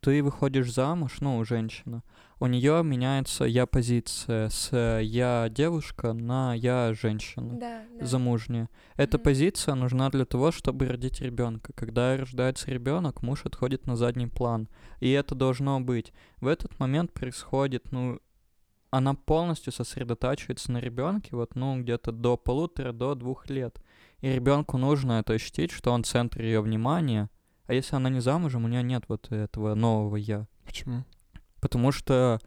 D: ты выходишь замуж, ну, женщина, у нее меняется я позиция с э, я девушка на я женщина.
F: Да, да.
D: Замужняя. Эта
F: Мгм.
D: позиция нужна для того, чтобы родить ребенка. Когда рождается ребенок, муж отходит на задний план. И это должно быть. В этот момент происходит, ну, она полностью сосредотачивается на ребенке, вот, ну, где-то до полутора, до двух лет. И ребенку нужно это ощутить, что он центр ее внимания. А если она не замужем, у нее нет вот этого нового я.
C: Почему?
D: Потому что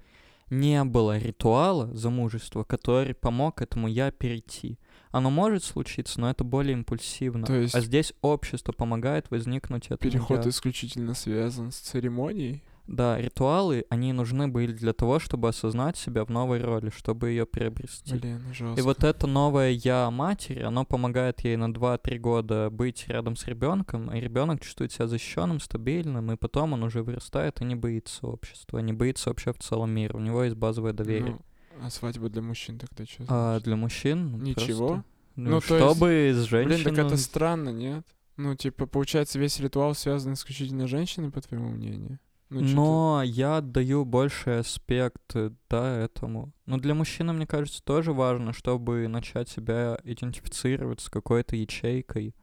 D: не было ритуала замужества, который помог этому я перейти. Оно может случиться, но это более импульсивно.
C: То есть
D: А здесь общество помогает возникнуть этому
C: Переход
D: «я».
C: исключительно связан с церемонией.
D: Да, ритуалы, они нужны были для того, чтобы осознать себя в новой роли, чтобы ее приобрести.
C: Блин, ну, жестко.
D: И вот это новое я матери, оно помогает ей на 2-3 года быть рядом с ребенком, и ребенок чувствует себя защищенным, стабильным, и потом он уже вырастает и не боится общества, не боится вообще в целом мира. У него есть базовое доверие.
C: Ну, а свадьба для мужчин тогда что?
D: а
C: значит?
D: для мужчин ну,
C: Ничего.
D: просто, ну,
C: Ну, то есть-
D: чтобы с
C: Блин,
D: женщиной...
C: так это странно, нет? Ну, типа, получается, весь ритуал связан исключительно с женщиной, по твоему мнению? Ну, чё
D: Но я отдаю больше аспект, э, да, этому. Но для мужчины, мне кажется, тоже важно, чтобы начать себя идентифицировать с какой-то ячейкой.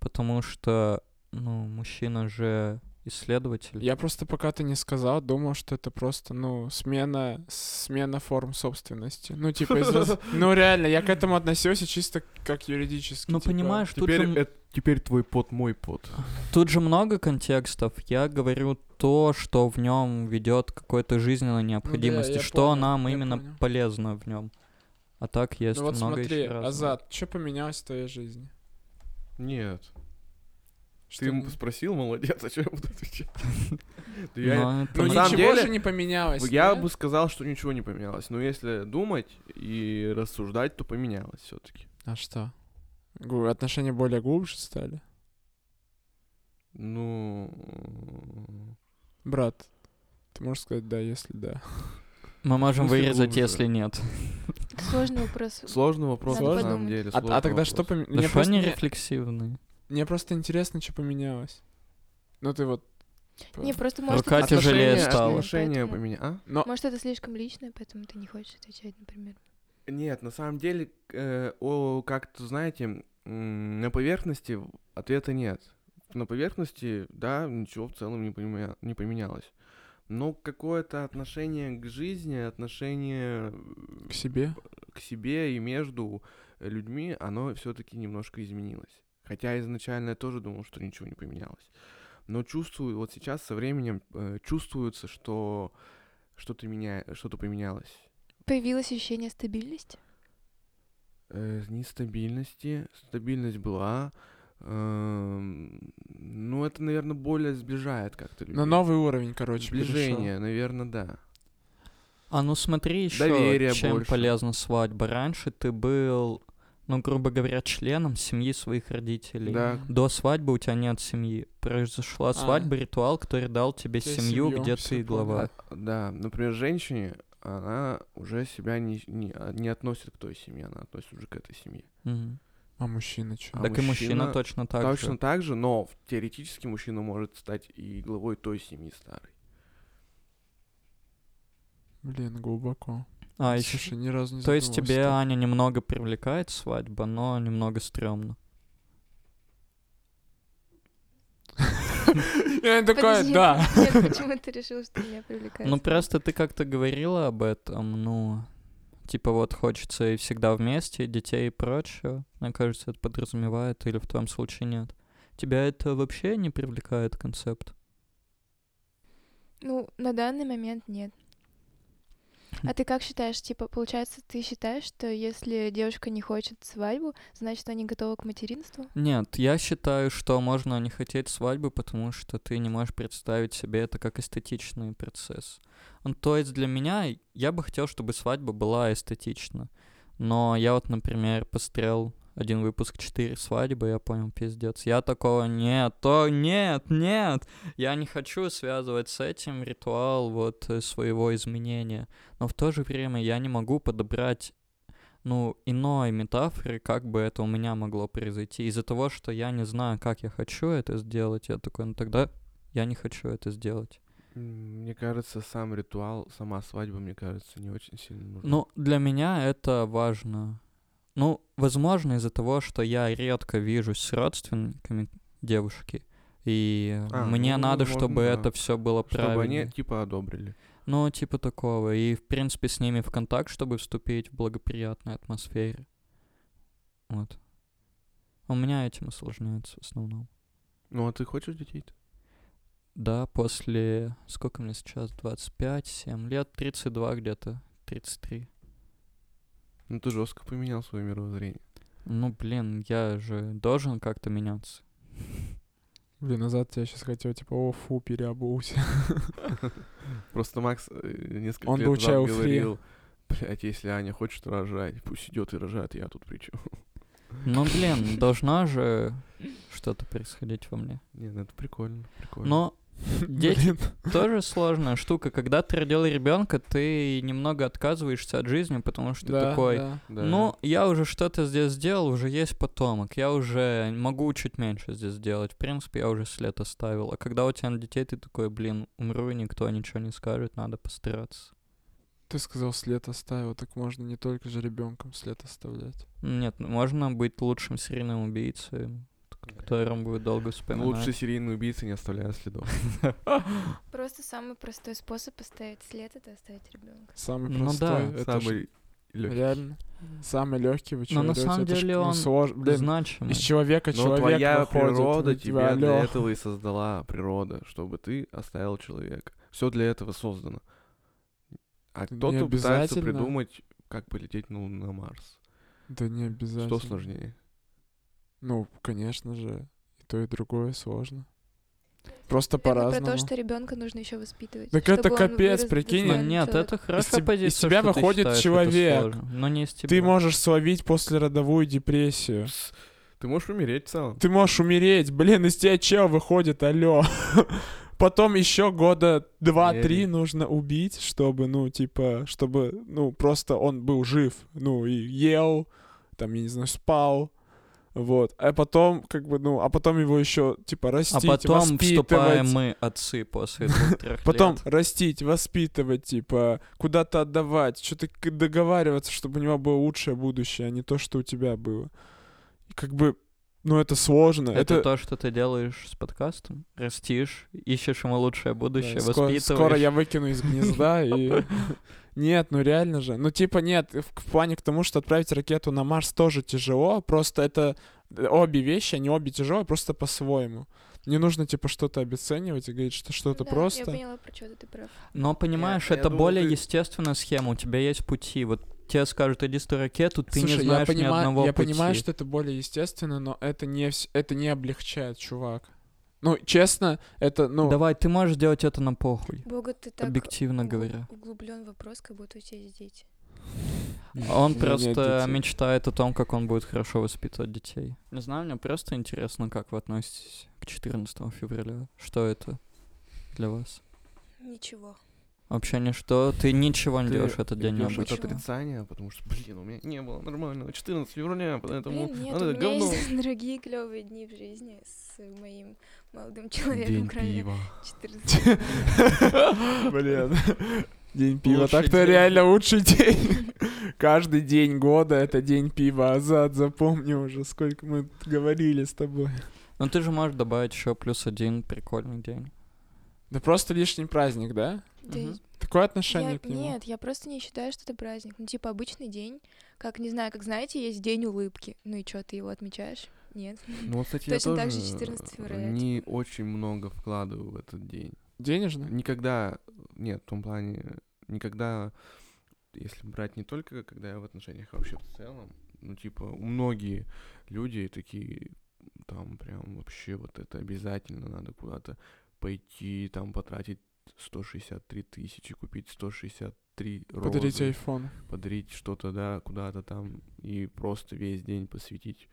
D: Потому что, ну, мужчина же
C: ты-
D: исследователь.
C: Я просто пока ты не сказал, думал, что это просто, ну, смена, смена форм собственности. Ну, типа, из
D: *laughs*
C: раз- ну, реально, я к этому относился чисто как юридически.
D: Ну,
C: типа.
D: понимаешь, тут
E: Теперь,
D: же, м-
E: это- теперь твой пот мой пот.
D: тут же много контекстов. Я говорю то, что в нем ведет какой-то жизненной необходимости,
C: Ну я
D: что
C: понял,
D: нам
C: я
D: именно
C: понял.
D: полезно в нем. А так есть
C: Ну вот
D: много
C: смотри,
D: ещё разного.
C: Азат, что поменялось в твоей жизни?
E: Нет.
C: Что
E: Ты ему
C: не-
E: спросил, молодец, *laughs* а что я буду
C: *laughs*
E: отвечать? Да
D: Но
E: я-
D: это
C: Ну,
E: на
D: на-
C: ничего
E: самом деле,
C: же не поменялось.
E: Я
C: да?
E: бы сказал, что ничего не поменялось. Но если думать и рассуждать, то поменялось все-таки.
C: А что? Гу- Отношения более глубже стали?
E: Ну...
C: Брат, ты можешь сказать да, если да.
D: Мы можем
E: смысле
D: вырезать,
E: глубже?
D: если нет.
F: Это Сложный вопрос.
E: Сложный вопрос,
F: Надо
E: на самом
F: подумать.
E: деле.
C: А, а
E: сложный
C: тогда что
E: вопрос.
C: поменялось?
D: Да
C: Мне,
D: что
C: просто
D: они
C: не-
D: рефлексивные?
C: мне просто интересно, что поменялось. Ну ты вот... типа,
F: Не, просто
E: Ну,
F: может...
D: Рука
F: это-
D: А тяжелее
E: Отношения-
D: стало.
E: Отношения
F: Поэтому-
E: поменя- а?
C: Но
F: Может, это слишком личное, поэтому ты не хочешь отвечать, например.
E: Нет, на самом деле, э, о, как-то, знаете, м, на поверхности в- ответа нет. На поверхности, да, ничего в целом не, поменя- не поменялось. Но какое-то отношение к жизни, отношение э,
C: к себе...
E: к себе и между людьми, оно все-таки немножко изменилось. Хотя изначально я тоже думал, что ничего не поменялось. Но чувствую, вот сейчас со временем э, чувствуется, что что-то, меня... что-то поменялось.
F: Появилось ощущение стабильности?
E: Э, нестабильности. Стабильность была. эм, Ну, это, наверное, более сближает как-то людей.
C: На новый уровень, короче, перешёл.
E: Сближение, наверное, да.
D: А ну смотри еще,
E: Доверие
D: чем
E: больше.
D: полезна свадьба. Раньше ты был, ну, грубо говоря, членом семьи своих родителей.
E: Да.
D: До свадьбы у тебя нет семьи. Произошла
C: А.
D: свадьба, ритуал, который дал тебе
C: Тебе
D: семью,
C: семью,
D: где
C: всё
D: ты глава.
C: понял.
E: Да, например, женщине, она уже себя не, не, а, не относит к той семье, она относится уже к этой семье.
D: Мгм.
C: А мужчина что?
E: А
D: так и мужчина
E: мужчина-
D: точно так
E: Точно
D: же.
E: так же, но в- теоретически мужчина может стать и главой той семьи старой.
C: Блин, глубоко.
D: А, ещё-
C: Слушай, ни разу не
D: То есть
C: задумывался
D: тебе, а
C: так.
D: Аня, немного привлекает свадьба, но немного стрёмно.
C: Я такой,
F: Подожди,
C: да.
F: *laughs* Нет, почему ты решил, что меня привлекает?
D: Ну, просто ты как-то говорила об этом, ну, Типа вот хочется и всегда вместе, детей и прочее. Мне кажется, это подразумевает или в твоем случае нет. Тебя это вообще не привлекает концепт?
F: Ну, на данный момент нет. А ты как считаешь, типа, получается, ты считаешь, что если девушка не хочет свадьбу, значит, она не готова к материнству?
D: Нет, я считаю, что можно не хотеть свадьбы, потому что ты не можешь представить себе это как эстетичный процесс. Ну, То есть для меня, я бы хотел, чтобы свадьба была эстетична. Но я вот, например, посмотрел один выпуск 4 свадьбы, я понял, пиздец. Я такого нет, то нет, нет. Я не хочу связывать с этим ритуал вот э, своего изменения. Но в то же время я не могу подобрать ну, иной метафоры, как бы это у меня могло произойти. Из-за того, что я не знаю, как я хочу это сделать, я такой, ну тогда я не хочу это сделать.
E: М, Мне кажется, сам ритуал, сама свадьба, мне кажется, не очень сильно нужна.
D: Ну, для меня это важно. Ну, возможно, из-за того, что я редко вижусь с родственниками девушки, и
E: А,
D: мне
E: ну,
D: надо,
E: возможно,
D: чтобы
E: да.
D: это все было
E: чтобы
D: правильно.
E: они, типа, одобрили.
D: Ну, типа такого. И, в принципе, с ними в контакт, чтобы вступить в благоприятной атмосфере. Вот. У меня этим осложняется в основном.
E: Ну, а ты хочешь детей-то?
D: Да, после... Сколько мне сейчас? 25, 7 лет, 32 где-то, 33.
E: Ну, ты жестко поменял свое мировоззрение.
D: Ну, блин, я же должен как-то меняться.
C: Блин, назад я сейчас хотел, типа, о, фу, переобулся. *laughs*
E: Просто Макс э, несколько
C: Он
E: лет
C: был
E: назад
C: child free.
E: говорил, блядь, если Аня хочет рожать, пусть идет и рожает, я тут при чем?
D: Ну, блин, должна же что-то происходить во мне.
E: *laughs* Не, ну это прикольно, прикольно.
D: Но *laughs* дети
C: Блин.
D: тоже сложная штука. Когда ты родил ребенка, ты немного отказываешься от жизни, потому что ты
C: Да,
D: такой,
C: да.
E: Да.
D: Ну, я уже что-то здесь сделал, уже есть потомок. Я уже могу чуть меньше здесь сделать. В принципе, я уже след оставил. А когда у тебя детей, ты такой, блин, умру, и никто ничего не скажет, надо постараться.
C: Ты сказал, след оставил, так можно не только же ребенком след оставлять.
D: Нет, ну, можно быть лучшим серийным убийцей, которым будет долго вспоминать.
E: Лучше серийный убийца не оставляя следов.
F: Просто самый простой способ поставить след это оставить ребенка.
C: Самый
D: Ну
C: простой.
D: да.
C: *laughs* это же
E: Самый лёгкий.
C: Реально. Самый легкий вы
D: Но на
C: чё,
D: самом
C: орёте? Это ж,
D: деле
C: ну,
D: он
C: слож- Блин,
D: значимый.
C: из человека
E: Но
C: человек
E: Ну, твоя
C: выходит,
E: природа
C: ну,
E: тебя
C: алё.
E: для этого и создала, природа, чтобы ты оставил человека. Все для этого создано. А
C: Да не
E: кто-то пытается
C: обязательно.
E: придумать, как полететь ну, на Марс.
C: Да не обязательно.
E: Что сложнее?
C: Ну, конечно же, и то, и другое сложно. Просто по-разному.
F: Типа, Про то,
D: Типа
F: что ребенка нужно еще воспитывать.
C: Так
F: чтобы
C: это
F: он
C: капец,
F: вырос
C: прикинь.
D: Ну,
F: достойным
D: нет,
F: человеком.
D: это хорошая
C: тебя- из
D: позиция,
C: тебя
D: что ты
C: выходит
D: считаешь это
C: человек.
D: сложно, Но не из тебя.
C: Ты можешь словить послеродовую депрессию.
E: Ты можешь умереть в целом.
C: Ты можешь умереть. Блин, из тебя чел выходит, алё. *laughs* Потом еще года два-три
E: Верю.
C: нужно убить, чтобы, ну, типа, чтобы, ну, просто он был жив. Ну, и ел, там, я не знаю, спал. Вот. А потом, как бы, ну, а потом его еще, типа,
D: А
C: растить,
D: потом
C: воспитывать.
D: вступаем мы отцы
C: *laughs*
D: после двух-трех
C: Потом
D: лет.
C: растить, воспитывать, типа, куда-то отдавать, что-то к- договариваться, чтобы у него было лучшее будущее, а не то, что у тебя было. И как бы, ну, это сложно.
D: Это,
C: это
D: то, что ты делаешь с подкастом. Растишь, ищешь ему лучшее будущее,
C: Да, скоро,
D: воспитываешь.
C: скоро я выкину из гнезда и... *laughs* Нет, ну реально же. Ну типа нет, в в плане к тому, что отправить ракету на Марс тоже тяжело, просто это э, обе вещи, они обе тяжелые, просто по-своему. Не нужно типа что-то обесценивать и говорить, что что-то
F: Да, Я
C: просто.
F: поняла, про что ты прав.
D: Но понимаешь,
E: я
D: это
E: думаю,
D: более
E: ты-
D: естественная схема. У тебя есть пути. Вот тебе скажут, иди стой ракету, ты
C: Слушай,
D: не знаешь
C: я понима-
D: ни одного
C: я
D: пути.
C: понимаю, что это более естественно, но это не вс- это не облегчает, чувак. Ну честно, это ну *laughs*
D: Давай, ты можешь делать это на похуй.
F: Бога,
C: А
F: ты так
D: Объективно говоря.
F: углублен вопрос, как будто у тебя есть дети.
D: Он
C: нет
D: просто
C: детей.
D: мечтает о том, как он будет хорошо воспитывать детей. Не знаю, мне просто интересно, как вы относитесь к 14 февраля. Что это для вас?
F: Ничего.
D: Вообще ничто. Ты ничего не
E: Ты
D: делаешь в этот день
E: Идёшь от
F: обычно.
D: необычно.
E: отрицания, потому что, блин, у меня не было нормального 14 февраля, поэтому...
F: Блин, нет,
E: надо
F: у меня
E: говно.
F: есть *laughs* дорогие клевые дни в жизни с моим молодым человеком,
E: День
F: кроме
E: пива.
F: 14
C: Блин. День пива.
E: Лучший
C: Так-то
E: день.
C: реально лучший день. Каждый день года это день пива. Азад, запомни уже, сколько мы говорили с тобой.
D: Ну, Но ты же можешь добавить еще плюс один прикольный день.
C: Да просто лишний праздник, да?
F: Да
D: Мгм.
C: Такое
F: я-
C: отношение к нему.
F: нет, я просто не считаю, что это праздник. Ну, типа, обычный день. Как, не знаю, как знаете, есть день улыбки. Ну и что, ты его отмечаешь? Нет. *laughs*
E: Ну, вот, кстати,
F: Точно
E: я
F: так
E: тоже
F: же 14 февраля,
E: не очень много вкладываю в этот день.
C: Денежно?
E: Никогда, нет, в том плане, никогда, если брать не только, когда я в отношениях, а вообще в целом, ну, типа, многие люди такие, там, прям вообще вот это обязательно надо куда-то пойти, там, потратить 163 тысячи, купить 163 розы,
C: Подарить айфон.
E: подарить что-то, да, куда-то там, и просто весь день посвятить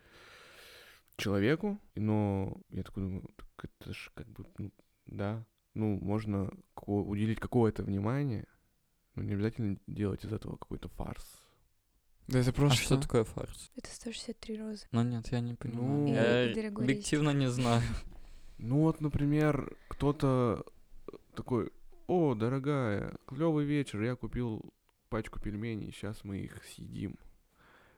E: человеку. Но я такой думаю, так это ж как бы, ну, да, ну, можно како- уделить какое-то внимание, но не обязательно делать из этого какой-то фарс.
C: Да это
D: А
C: просто...
D: что такое фарс?
F: Это 163 розы.
D: Ну нет, я не понимаю.
E: Ну,
D: Я
F: Или дорогой
D: объективно не знаю.
E: Ну вот, например, кто-то такой, о, дорогая, клевый вечер, я купил пачку пельменей, сейчас мы их съедим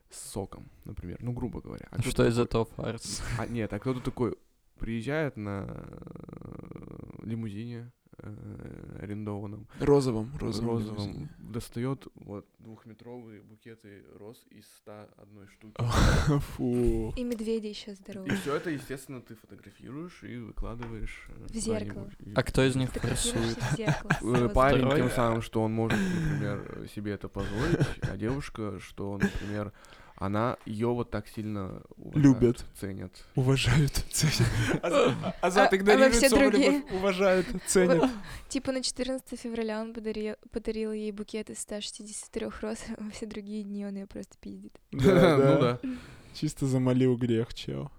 E: с соком, например, ну, грубо говоря.
D: *laughs*
E: А кто-то
D: Что из
E: такой,
C: *laughs*
D: этого фарс?
E: А нет, а кто-то такой приезжает на э, лимузине э, арендованном,
C: Розовым, розовым.
E: розовом,
C: лимузине.
E: достает вот двухметровые букеты роз из 101 штуки.
D: А.
C: Фу.
F: И медведи еще
E: И
F: здоровы.
E: все это, естественно, ты фотографируешь и выкладываешь. э,
F: В зеркало.
E: куда-нибудь. И-
D: А кто из них фарсует?
F: Фотографируешься в зеркало с
E: Э,
F: розой.
E: Парень
D: Второй.
E: тем самым, что он может, например, э, себе это позволить, а девушка, что, например, она ее вот так сильно уважают,
C: Любят.
E: ценят.
C: Уважают, *laughs* ценят.
F: Азат А- а игнорирует все свою любовь. другие?
C: Уважают, *laughs*
F: ценят. *laughs* Типа на 14 февраля он подарил, подарил ей букет из 163 роз, *laughs* а все другие дни он ее просто пиздит.
E: *laughs* Ну да.
C: Чисто замолил грех, чел.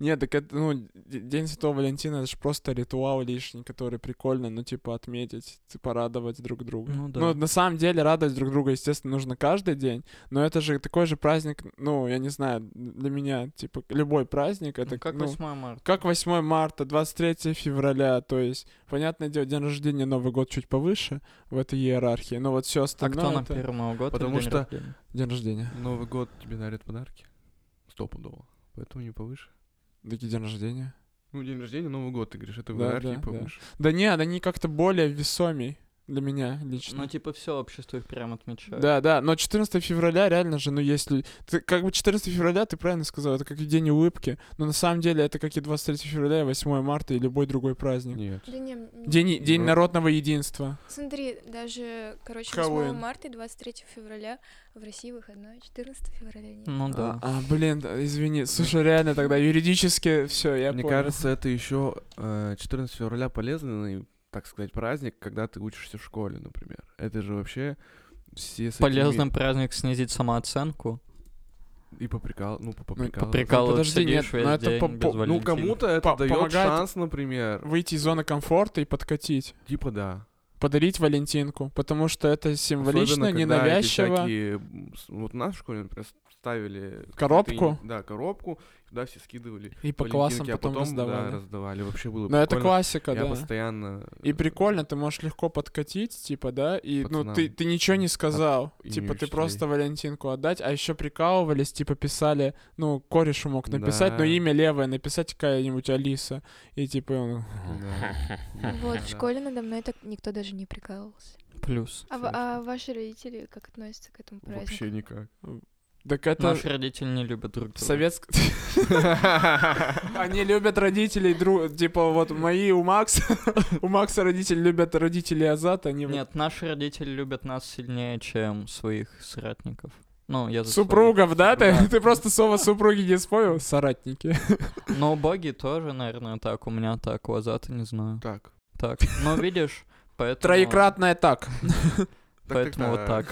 C: Нет, так это, ну, Д- День Святого Валентина, это же просто ритуал лишний, который прикольно, ну, типа, отметить, т- порадовать друг друга.
D: Ну да.
C: Ну, на самом деле, радовать друг друга, естественно, нужно каждый день, но это же такой же праздник, ну, я не знаю, для меня, типа, любой праздник, это,
D: Ну, Как
C: ну,
D: 8 марта.
C: как 8 марта, 23 февраля, то есть, понятное дело, день рождения, Новый год чуть повыше в этой иерархии, но вот все
D: А кто
C: остальное...
D: на
C: это-
D: первый Новый год? или
E: Потому
D: день
E: что-
D: рождения?
C: День рождения.
E: Новый год тебе дарят подарки. Стопудово. Поэтому не повыше.
C: Такие день рождения.
E: Ну, день рождения, Новый год, ты говоришь, это в
C: Да,
E: иерархии
C: да, да.
E: повыше.
C: Да нет, они как-то более весомей для меня лично.
D: Ну, типа, все общество их прям отмечает.
C: Да, да, но 14 февраля реально же, ну если... Ты, как бы 14 февраля, ты правильно сказал, это как и день улыбки, но на самом деле это как и 23 февраля, и 8 марта, и любой другой праздник.
E: Нет.
F: Да не, м-
C: День, день
E: Ну.
C: народного единства.
F: Смотри, даже, короче, 8
C: Хэллоуин.
F: марта и 23 февраля в России выходной, 14 февраля нет.
D: Ну да.
C: А, а, блин, да, извини, слушай, реально тогда юридически все, я
E: Мне
C: понял.
E: кажется, это еще 14 февраля полезный, так сказать, праздник, когда ты учишься в школе, например. Это же вообще все с этими-
D: Полезный праздник снизить самооценку.
E: И поприкал, ну, по-
C: Ну,
E: поприкалываться.
D: Прикалываться
C: подожди, нет,
D: сидишь весь
C: но это
D: день
C: по-
D: без
C: по- ну,
E: Ну,
D: Валентина.
E: кому-то это
C: По-
E: дает
C: помогает.
E: шанс, например.
C: Выйти из зоны комфорта и подкатить.
E: Типа да.
C: Подарить Валентинку, потому что это символично,
E: Особенно, когда эти
C: ненавязчиво.
E: всякие, м, с- Вот у нас в школе, например, ставили...
C: Коробку?
E: какие-то- Да, коробку. Туда все скидывали
C: И по
E: Валентинки,
C: классам
E: а
C: потом,
E: потом
C: раздавали.
E: Да, раздавали. Вообще было
C: но это
E: прикольно.
C: классика,
E: Я
C: да.
E: постоянно... э,
C: И прикольно, ты можешь легко подкатить, типа, да, и ну
E: Пацанам.
C: ты, ты ничего не сказал.
E: и не
C: типа, ты
E: учителей.
C: просто Валентинку отдать, а еще прикалывались, типа писали, ну, корешу мог написать, но
E: Да.
C: имя левое, написать какая-нибудь Алиса. И типа он,
F: Ну Вот,
E: Да.
F: в школе надо мной так никто даже не прикалывался.
D: Плюс.
F: А, ва- а ваши родители как относятся к этому празднику?
E: Вообще никак.
C: так это
D: Наши родители не любят друг друга.
E: *laughs*
C: советск... *laughs* Они любят родителей друг... Типа вот мои у Макса... *laughs* У Макса родители любят родителей Азат, они... вот-
D: Нет, наши родители любят нас сильнее, чем своих соратников. Ну, я за своих.
C: Супругов, да? Ты,
D: Да.
C: ты просто слово супруги не вспомнил? Соратники.
D: Но боги тоже, наверное, так. У меня так, у Азата не знаю.
E: Так.
D: Так. Но видишь, поэтому...
C: Троекратное так.
D: Поэтому вот так.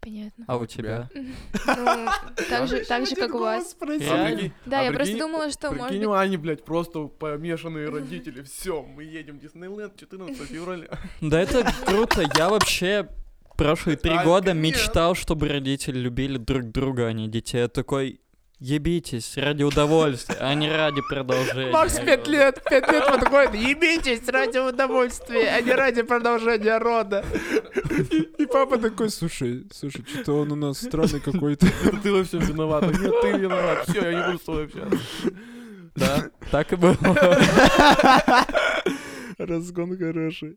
F: Понятно.
D: А у
E: тебя?
D: тебя?
F: Ну, так же, так же, как у вас.
D: Реально?
F: Да,
E: А
F: я просто
E: прикинь-
F: думала, что может
E: Прикинь, у
F: быть...
E: Ани, блять, просто помешанные
F: *laughs*
E: родители. Все, мы едем в Диснейленд 14 февраля.
D: Да это круто. Я вообще прошлые три
E: А,
D: года
E: нет.
D: мечтал, чтобы родители любили друг друга, а не детей. Я такой, ебитесь ради удовольствия, а не ради продолжения.
C: Макс пять лет, пять лет вот такой, ебитесь ради удовольствия, а не ради продолжения рода. И, и папа такой, слушай, слушай, что-то он у нас
E: *laughs*
C: странный какой-то.
E: Это ты во всем виновата. Нет, ты виноват. Все, я не *laughs* буду с тобой общаться.
D: Да, так и было.
E: Разгон хороший.